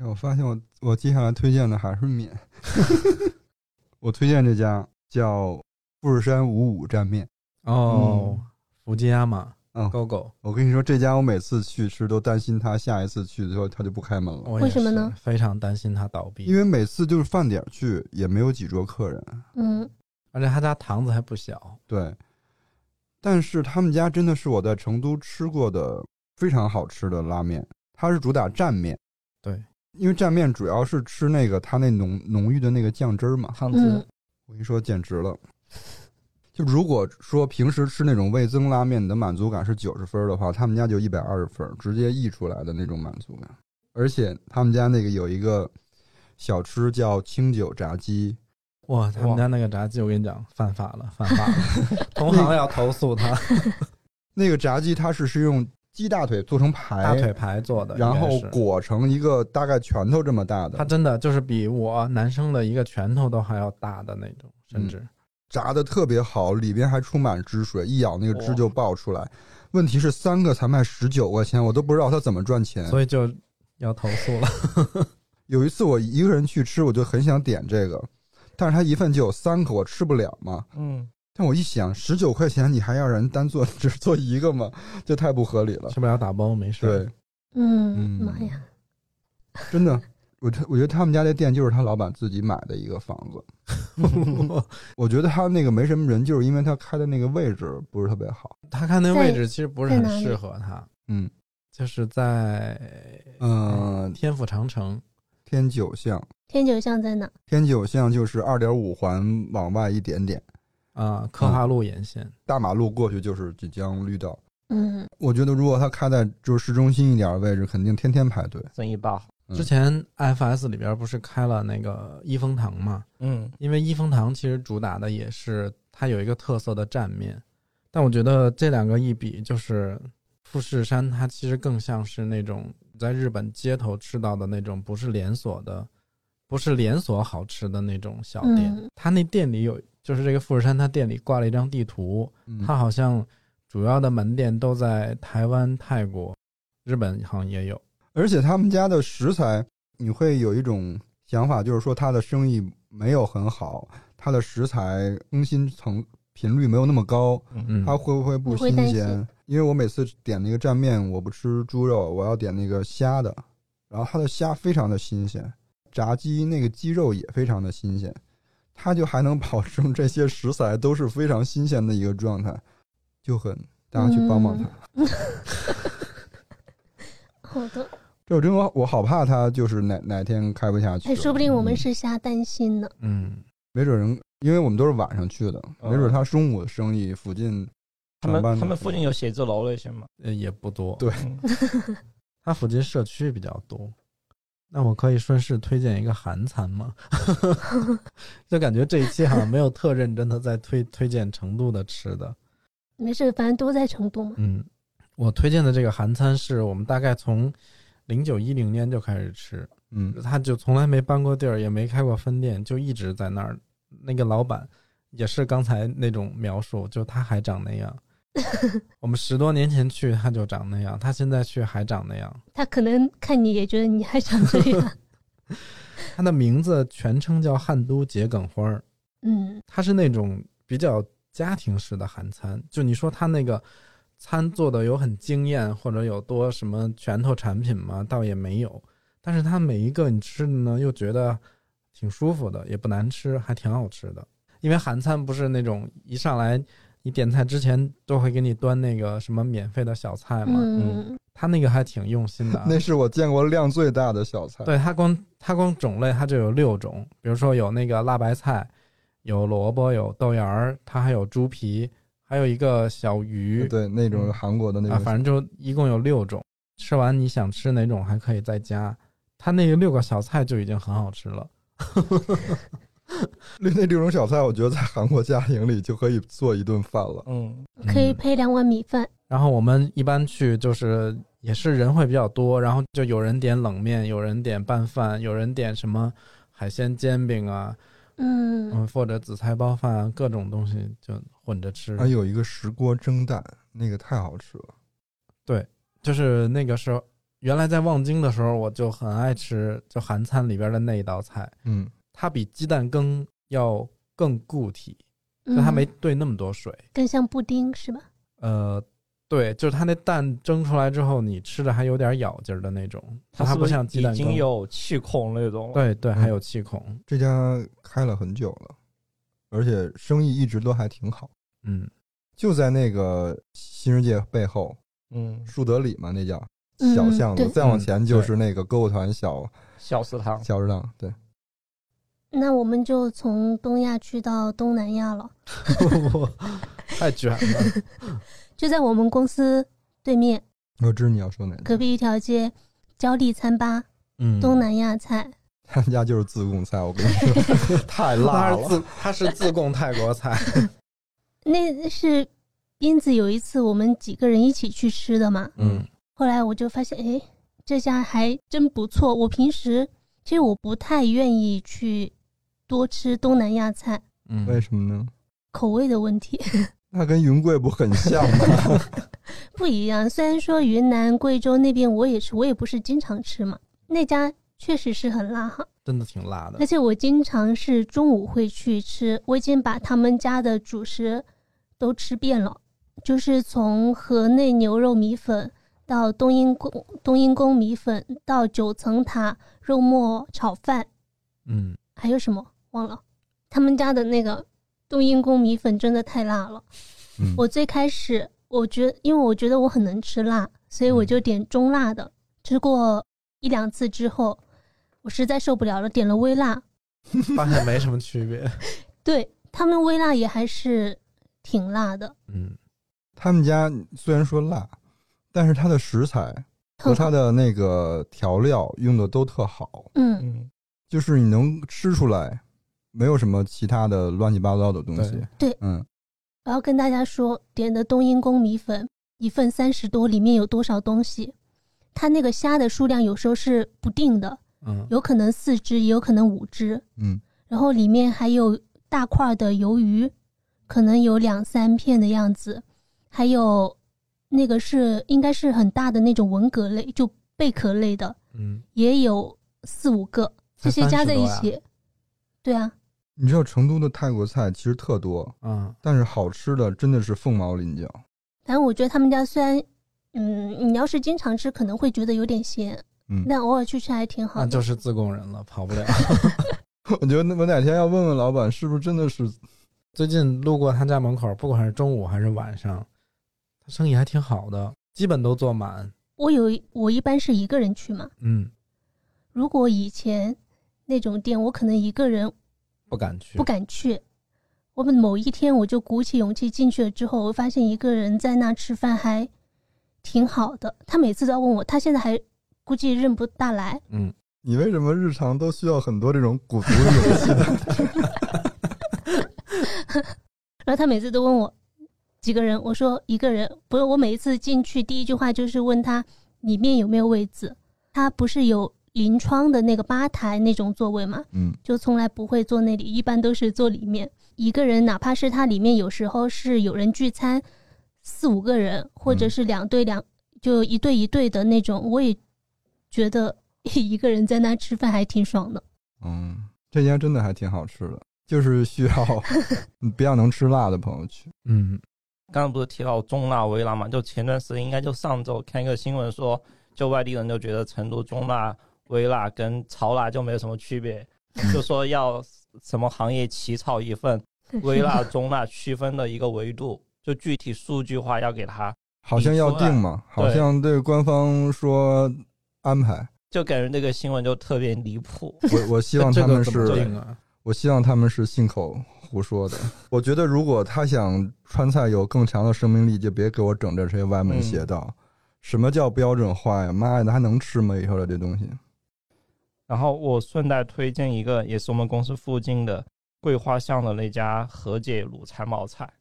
我发现我我接下来推荐的还是面， 我推荐这家叫富士山五五蘸面。哦，福吉亚马嗯，狗狗，我跟你说，这家我每次去吃都担心他下一次去之后他就不开门了，我也为什么呢是非常担心它倒因闭，为每次就是饭点儿去也没有几桌客人。嗯，而且他家堂子还不小。对，但是他们家真的是我在成都吃过的非常好吃的拉面，它是主打蘸面。对，因为蘸面主要是吃那个它那浓浓郁的那个酱汁儿嘛。汤嗯汁，我跟你说，简直了！就如果说平时吃那种味增拉面，你的满足感是九十分儿的话，他们家就一百二十分儿，直接溢出来的那种满足感。而且他们家那个有一个小吃叫清酒炸鸡，哇，他们哇家那个炸鸡，我跟你讲，犯法了，犯法了，同行要投诉他。那个炸鸡它是是用鸡大腿做成排，大腿排做的，然应该后是裹成一个大概拳头这么大它的，真的就是比我男生的一个拳头都还要大的那种，甚至、炸的特别好，里边还充满汁水，一咬那个汁就爆出来。问题是三个才卖十九块钱，我都不知道他怎么赚钱。所以就要投诉了。有一次我一个人去吃，我就很想点这个，但是他一份就有三口，我吃不了嘛。嗯，但我一想，十九块钱你还要人单做只做一个吗？这太不合理了。吃不了打包没事。对，，嗯嗯，妈呀，真的，我他我觉得他们家这店就是他老板自己买的一个房子。我觉得他那个没什么人，就是因为他开的那个位置不是特别好。 他看那在位置其实不是在很哪里适合他，嗯就是在嗯、天府长城，天九巷，天九巷在哪？天九巷就是二点五环往外一点点，啊、科华路沿线，大马路过去就是锦江绿道。嗯，我觉得如果他开在就是市中心一点的位置，肯定天天排队。生意爆。嗯之前 FS 里边不是开了那个一风堂嘛？嗯，因为一风堂其实主打的也是它有一个特色的蘸面，但我觉得这两个一比，就是富士山它其实更像是那种在日本街头吃到的那种，不是连锁的，不是连锁好吃的那种小店。嗯它那店里有，就是这个富士山，它店里挂了一张地图，嗯它好像主要的门店都在台湾、泰国、日本，好像也有。而且他们家的食材，你会有一种想法，就是说他的生意没有很好，他的食材更新层频率没有那么高，嗯，它会不会不你会新担鲜心？因为我每次点那个蘸面，我不吃猪肉，我要点那个虾的，然后它的虾非常的新鲜，炸鸡那个鸡肉也非常的新鲜，它就还能保证这些食材都是非常新鲜的一个状态，就很大家去帮帮他。好的，这我真我我好怕他就是哪哪天开不下去哎，了，说不定我们嗯是瞎担心呢。 嗯，没准人，因为我们都是晚上去的，嗯哦没准他中午的生意附近他上班们的他们附近有写字楼那些吗？呃，也不多。对嗯它附近社区比较多。那我可以顺势推荐一个韩餐吗？ 就感觉这一期好像没有特认真的在推推荐成都的吃的。没事，反正都在成都嘛。 嗯，我推荐的这个韩餐是我们大概从零九一零年就开始吃，嗯他就从来没搬过地儿，也没开过分店，就一直在那儿。那个老板也是刚才那种描述，就他还长那样。我们十多年前去他就长那样，他现在去还长那样。他可能看你也觉得你还长这 样。它的名字全称叫汉都桔梗花儿，嗯它是那种比较家庭式的韩餐。就你说它那个餐做的有很惊艳，或者有多什么拳头产品吗？倒也没有。但是它每一个你吃的呢，又觉得挺舒服的，也不难吃，还挺好吃的。因为韩餐不是那种一上来你点菜之前都会给你端那个什么免费的小菜嘛，嗯，它那个还挺用心的 啊、那是我见过量最大的小菜。对它光它光种类它就有六种，比如说有那个辣白菜，有萝卜，有豆芽儿，它还有猪皮，还有一个小鱼对，那种韩国的那啊，种，反正就一共有六种。吃完你想吃哪种还可以再加，它那六个小菜就已经很好吃了。那那种小菜，我觉得在韩国家庭里就可以做一顿饭了。嗯，可以嗯配两碗米饭。然后我们一般去就是也是人会比较多，然后就有人点冷面，有人点拌饭，有人点什么海鲜煎饼啊，嗯嗯，或者紫菜包饭啊，各种东西就混着吃。还啊有一个石锅蒸蛋，那个太好吃了。就是那个时候，原来在望京的时候，我就很爱吃就韩餐里边的那一道菜，嗯，它比鸡蛋羹要更固体，就嗯，它没兑那么多水。更像布丁是吧？呃，对，就是它那蛋蒸出来之后，你吃着还有点咬劲儿的那种，它它是不是像鸡蛋已羹经。有气孔那种了？对对，嗯还有气孔，这家开了很久了，而且生意一直都还挺好。嗯，就在那个新世界背后，嗯，树德里嘛，那叫嗯小巷子，对再往前就嗯对嗯是那个歌舞团小小 食堂，小食堂。对，那我们就从东亚去到东南亚了，太卷了。就在我们公司对面我知你要说哪个隔。壁一条街，焦丽餐吧，嗯，东南亚菜。他们家就是自贡菜，我跟你 说，太辣它是了。自它是自贡泰国菜，那是因子有一次我们几个人一起去吃的嘛，嗯后来我就发现，哎，这家还真不错。我平时其实我不太愿意去多吃东南亚菜，嗯，为什么呢？口味的问题 那跟云贵不很像吗？不一样。虽然说云南、贵州那边我也吃，我也不是经常吃嘛。那家确实是很辣哈，真的挺辣而的，且我经常是中午会去吃。我已经把他们家的主食都吃遍了，就是从河内牛肉米粉到冬阴功冬阴功米粉，到九层塔肉末炒饭。嗯，还有什么忘了？他们家的那个冬阴功米粉真的太辣了。嗯我最开始我觉因为我觉得我很能吃辣，所以我就点中辣的。吃过一两次之后，我实在受不了了，点了微辣。发现没什么区别，对他们微辣也还是挺辣的，嗯，他们家虽然说辣，但是它的食材和很它的那个调料用的都特好，嗯，嗯，就是你能吃出来，没有什么其他的乱七八糟的东西。对对嗯，我要跟大家说，点的冬阴功米粉一份三十多，里面有多少东西？它那个虾的数量有时候是不定的，嗯，有可能四只，也有可能五只。嗯，然后里面还有大块儿的鱿鱼，可能有两三片的样子，还有那个是应该是很大的那种文蛤类，就贝壳类的，嗯，也有四五个，这些加在一才30多起，对啊，你知道成都的泰国菜其实特多，嗯，但是好吃的真的是凤毛麟角。反正我觉得他们家虽然，嗯，你要是经常吃可能会觉得有点咸，嗯，但偶尔去吃还挺好那的。就是自贡人了，跑不了。 我觉得我哪天要问问老板，是不是真的是最近路过他家门口，不管是中午还是晚上，他生意还挺好的，基本都坐满。我有一我一般是一个人去嘛，嗯，如果以前那种店，我可能一个人不敢去，不敢去。我们某一天我就鼓起勇气进去了，之后我发现一个人在那吃饭还挺好的。他每次都要问我，他现在还估计认不大来。嗯，你为什么日常都需要很多这种鼓足勇气的？然后他每次都问我几个人，我说一个人。不是我每一次进去第一句话就是问他里面有没有位置。他不是有临窗的那个吧台那种座位吗？嗯，就从来不会坐那里，一般都是坐里面。一个人，哪怕是他里面有时候是有人聚餐，四五个人，或嗯者是两对两，就一对一对的那种，我也觉得一个人在那吃饭还挺爽的。嗯，这家真的还挺好吃的，就是需哦要 你比较能吃辣的朋友去。嗯，刚刚不是提到中辣微辣嘛？就前段时间，应该就上周看一个新闻说，就外地人就觉得成都中辣、微辣跟潮辣就没有什么区别，就说要什么行业起草一份微辣、中辣区分的一个维度，就具体数据化要给它，好像要定嘛，说啊好像对官方说安排。就感觉这个新闻就特别离谱。我我希望他们这个怎是，么定啊？我希望他们是信口胡说的。 我觉得如果他想川菜有更强的生命力，就别给我整这些歪门邪道。嗯什么叫标准化呀？妈呀，那还能吃吗？以后的这东西，嗯然后我顺带推荐一个，也是我们公司附近的桂花巷的那家和解卤菜冒菜，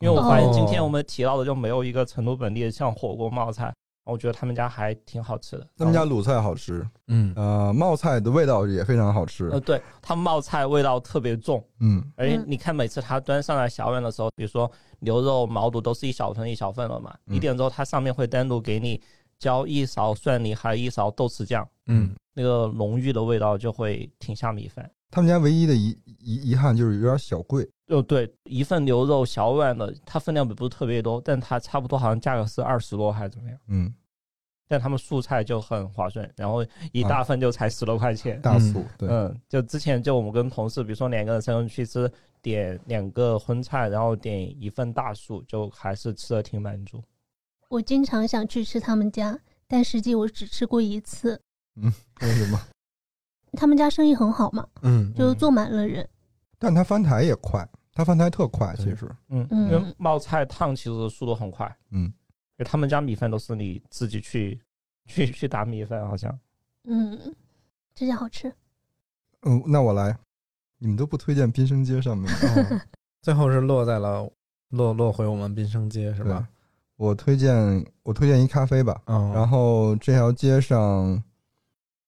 因为我发现今天我们提到的就没有一个成都本地的像火锅冒菜，我觉得他们家还挺好吃的。他们家然后卤菜好吃，嗯，呃，冒菜的味道也非常好吃。呃，对，他们冒菜味道特别重，嗯，而且嗯你看每次他端上来小碗的时候，比如说牛肉、毛肚都是一小份一小份了嘛，嗯一点之后它上面会单独给你浇一勺蒜泥，还有一勺豆豉酱，嗯，那个浓郁的味道就会挺像米饭。他们家唯一的遗遗遗憾就是有点小贵。哦，对，一份牛肉小碗的，它分量不是特别多，但它差不多好像价格是二十多还是怎么样。嗯，但他们素菜就很划算，然后一大份就才十多块钱。啊大促、对，呃嗯，就之前就我们跟同事，比如说两个人、三个人去吃，点两个荤菜，然后点一份大素，就还是吃的挺满足。 我经常想去吃他们家，但实际我只吃过一次。为什么？他们家生意很好嘛，嗯，就坐满了人。但它翻台也快，它翻台特快，对其实，嗯，嗯因为冒菜烫其实速度很快，嗯，因为他们家米饭都是你自己去去去打米饭，好像。嗯，这家好吃。嗯，那我来，你们都不推荐滨生街上面，哦最后是落在了落落回我们滨生街是吧？我推荐我推荐一咖啡吧，嗯，然后这条街上，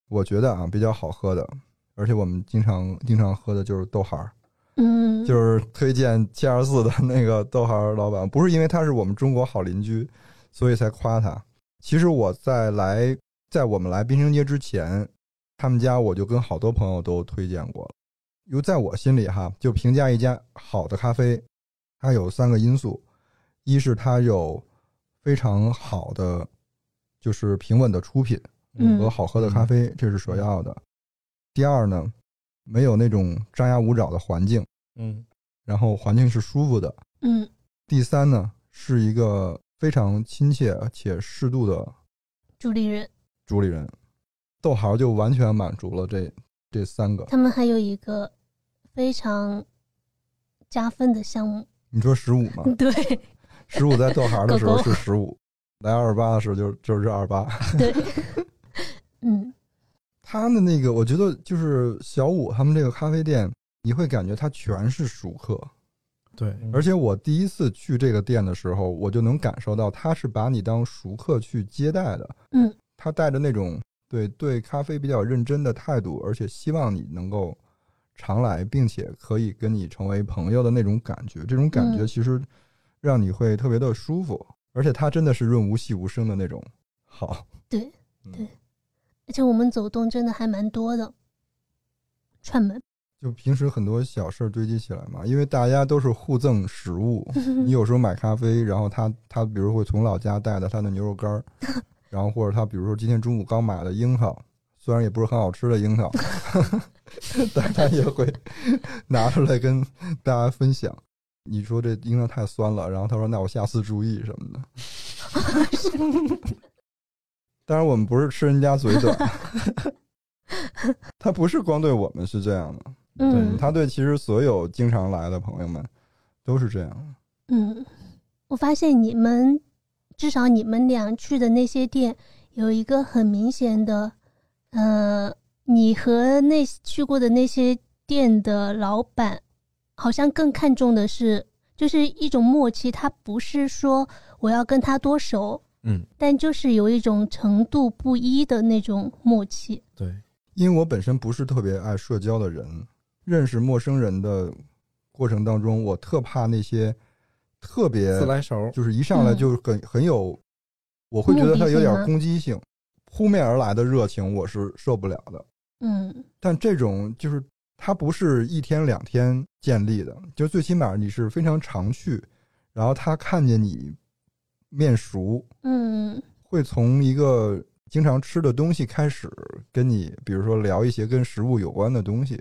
我觉得啊比较好喝的，而且我们经常经常喝的就是豆孩儿，嗯，就是推荐七二四的那个豆孩儿老板，不是因为他是我们中国好邻居，所以才夸他。其实我在来在我们来滨生街之前，他们家我就跟好多朋友都推荐过了。因为在我心里哈，就评价一家好的咖啡，它有三个因素：一是它有非常好的，就是平稳的出品嗯和好喝的咖啡，这是首要的。第二呢，没有那种张牙舞爪的环境。嗯，然后环境是舒服的。嗯第三呢，是一个非常亲切且适度的主理人，主理人，豆豪就完全满足了这这三个。他们还有一个非常加分的项目，你说十五吗？ 对十五在豆豪的时候狗是十五，来二八的时候就就是这二八。 对，嗯他的那个，我觉得就是小五他们这个咖啡店，你会感觉它全是熟客，对，而且我第一次去这个店的时候，我就能感受到他是把你当熟客去接待的。嗯，他带着那种对对咖啡比较认真的态度，而且希望你能够常来，并且可以跟你成为朋友的那种感觉。这种感觉嗯其实让你会特别的舒服，而且他真的是润无细无声的那种好。对嗯对而且我们走动真的还蛮多的，串门，就平时很多小事儿堆积起来嘛，因为大家都是互赠食物，嗯 你有时候买咖啡，然后他他比如会从老家带的他的牛肉干儿，然后或者他比如说今天中午刚买的樱桃，虽然也不是很好吃的樱桃， 但他也会拿出来跟大家分享。你说这樱桃太酸了，然后他说那我下次注意什么的。当然我们不是吃人家嘴短，他不是光对我们是这样的，嗯他对其实所有经常来的朋友们都是这样。嗯，我发现你们至少你们俩去的那些店有一个很明显的，呃，你和那去过的那些店的老板好像更看重的是，就是一种默契。他不是说我要跟他多熟，嗯，但就是有一种程度不一的那种默契。对，因为我本身不是特别爱社交的人，认识陌生人的过程当中，我特怕那些特别自来熟，就是一上来嗯就是很、很有，我会觉得他有目的性啊点吗攻击性，扑面而来的热情我是受不了的。嗯但这种就是它不是一天两天建立的，就最起码你是非常常去，然后他看见你面熟，嗯会从一个经常吃的东西开始跟你，比如说聊一些跟食物有关的东西，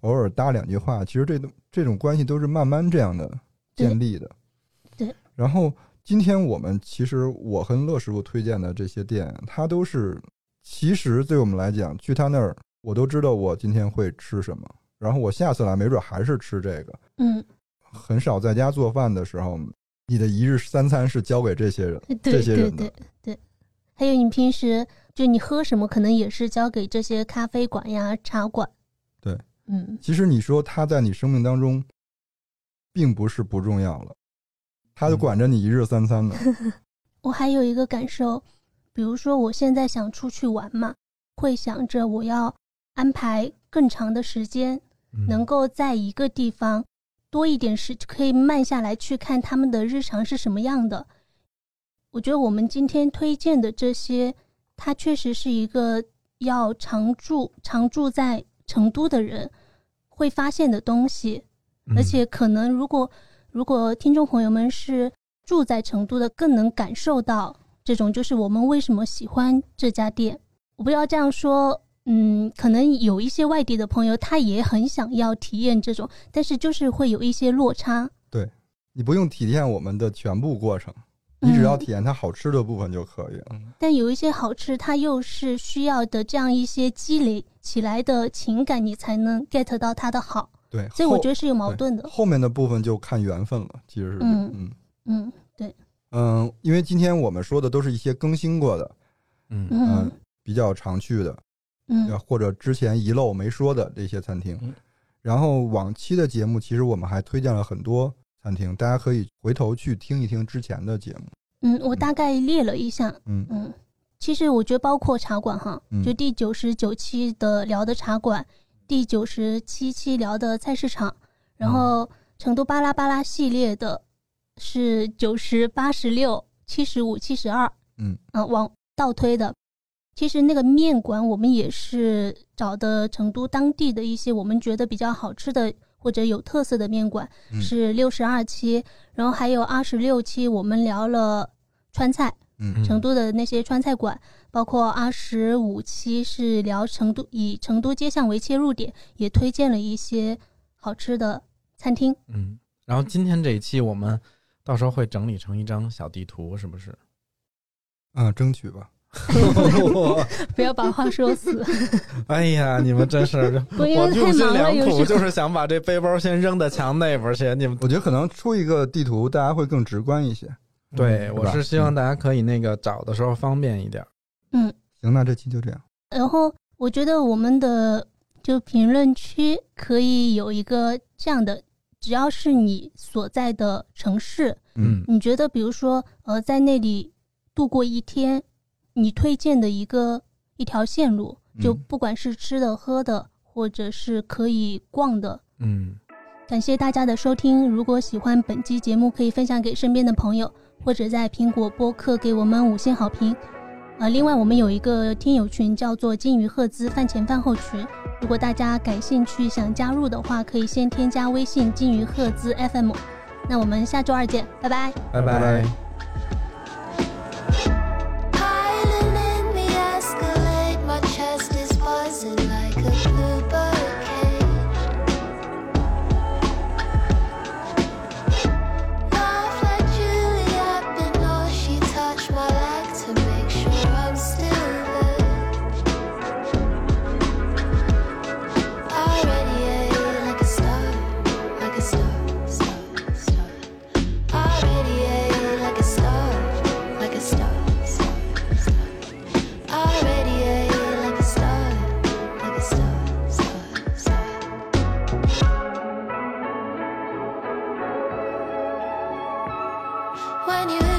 偶尔搭两句话。其实这种这种关系都是慢慢这样的建立的。对对然后今天我们其实我跟乐师傅推荐的这些店，它都是其实对我们来讲，去他那儿我都知道我今天会吃什么，然后我下次来没准还是吃这个。嗯，很少在家做饭的时候，你的一日三餐是交给这些人。对这些对人的对对，还有你平时就你喝什么，可能也是交给这些咖啡馆呀、茶馆。对，嗯 其实你说他在你生命当中，并不是不重要了，他就嗯管着你一日三餐呢。我还有一个感受，比如说我现在想出去玩嘛，会想着我要安排更长的时间，嗯嗯能够在一个地方多一点时，可以慢下来去看他们的日常是什么样的。我觉得我们今天推荐的这些，他确实是一个要常住、常住在成都的人会发现的东西。嗯而且可能如果如果听众朋友们是住在成都的，更能感受到这种就是我们为什么喜欢这家店。我不要这样说，嗯，可能有一些外地的朋友他也很想要体验这种，但是就是会有一些落差。你不用体验我们的全部过程，你只要嗯体验它好吃的部分就可以了。但有一些好吃，它又是需要的这样一些积累起来的情感，你才能 get 到它的好，对，所以我后觉得是有矛盾的对。后面的部分就看缘分了，其实是嗯嗯嗯嗯，因为今天我们说的都是一些更新过的，嗯嗯比较常去的，嗯或者之前遗漏没说的这些餐厅嗯。然后往期的节目，其实我们还推荐了很多餐厅，大家可以回头去听一听之前的节目。嗯，我大概列了一下，嗯嗯，其实我觉得包括茶馆哈，嗯就第九十九期的聊的茶馆，第九十七期聊的菜市场，嗯然后成都巴拉巴拉系列的是九十八十六、七十五、七十二，嗯啊，往倒推的。其实那个面馆，我们也是找的成都当地的一些我们觉得比较好吃的或者有特色的面馆，嗯是六十二期，然后还有二十六期，我们聊了川菜，嗯成都的那些川菜馆，包括二十五期是聊成都，以成都街巷为切入点，也推荐了一些好吃的 餐厅。嗯，然后今天这一期我们到时候会整理成一张小地图，是不是？ 啊，争取吧。 不要把话 说死，哎呀，你们真是不 因我为太用心忙了，良有苦，时就候是想把这背包先扔到墙那边去。你们我觉得可能出一个地图，大家会更直观一些。嗯对，我吧是希望大家可以那个找的时候方便一点。嗯，行，那这期就这样。然后我觉得我们的就评论区可以有一个这样的，只要是你所在的城市，嗯你觉得，比如说，呃，在那里度过一天，你推荐的一个一条线路，就嗯不管是吃的、喝的，或者是可以逛的。嗯，感谢大家的收听，如果喜欢本期节目，可以分享给身边的朋友，或者在苹果播客给我们五星好评。呃，另外我们有一个听友群，叫做“金鱼赫兹饭前饭后群”，如果大家感兴趣想加入的话，可以先添加微信“金鱼赫兹 FM”。那我们下周二见，拜拜。拜拜 Piling in the escalade, my chest is buzzing like a bluebird cage. Love like Juliet, but all she touched my leg to make sure I'm still there. I radiate like a star, like a star, star, star. I radiate like a star, like a star, star. I radiate like a star, like a star, star, star. When you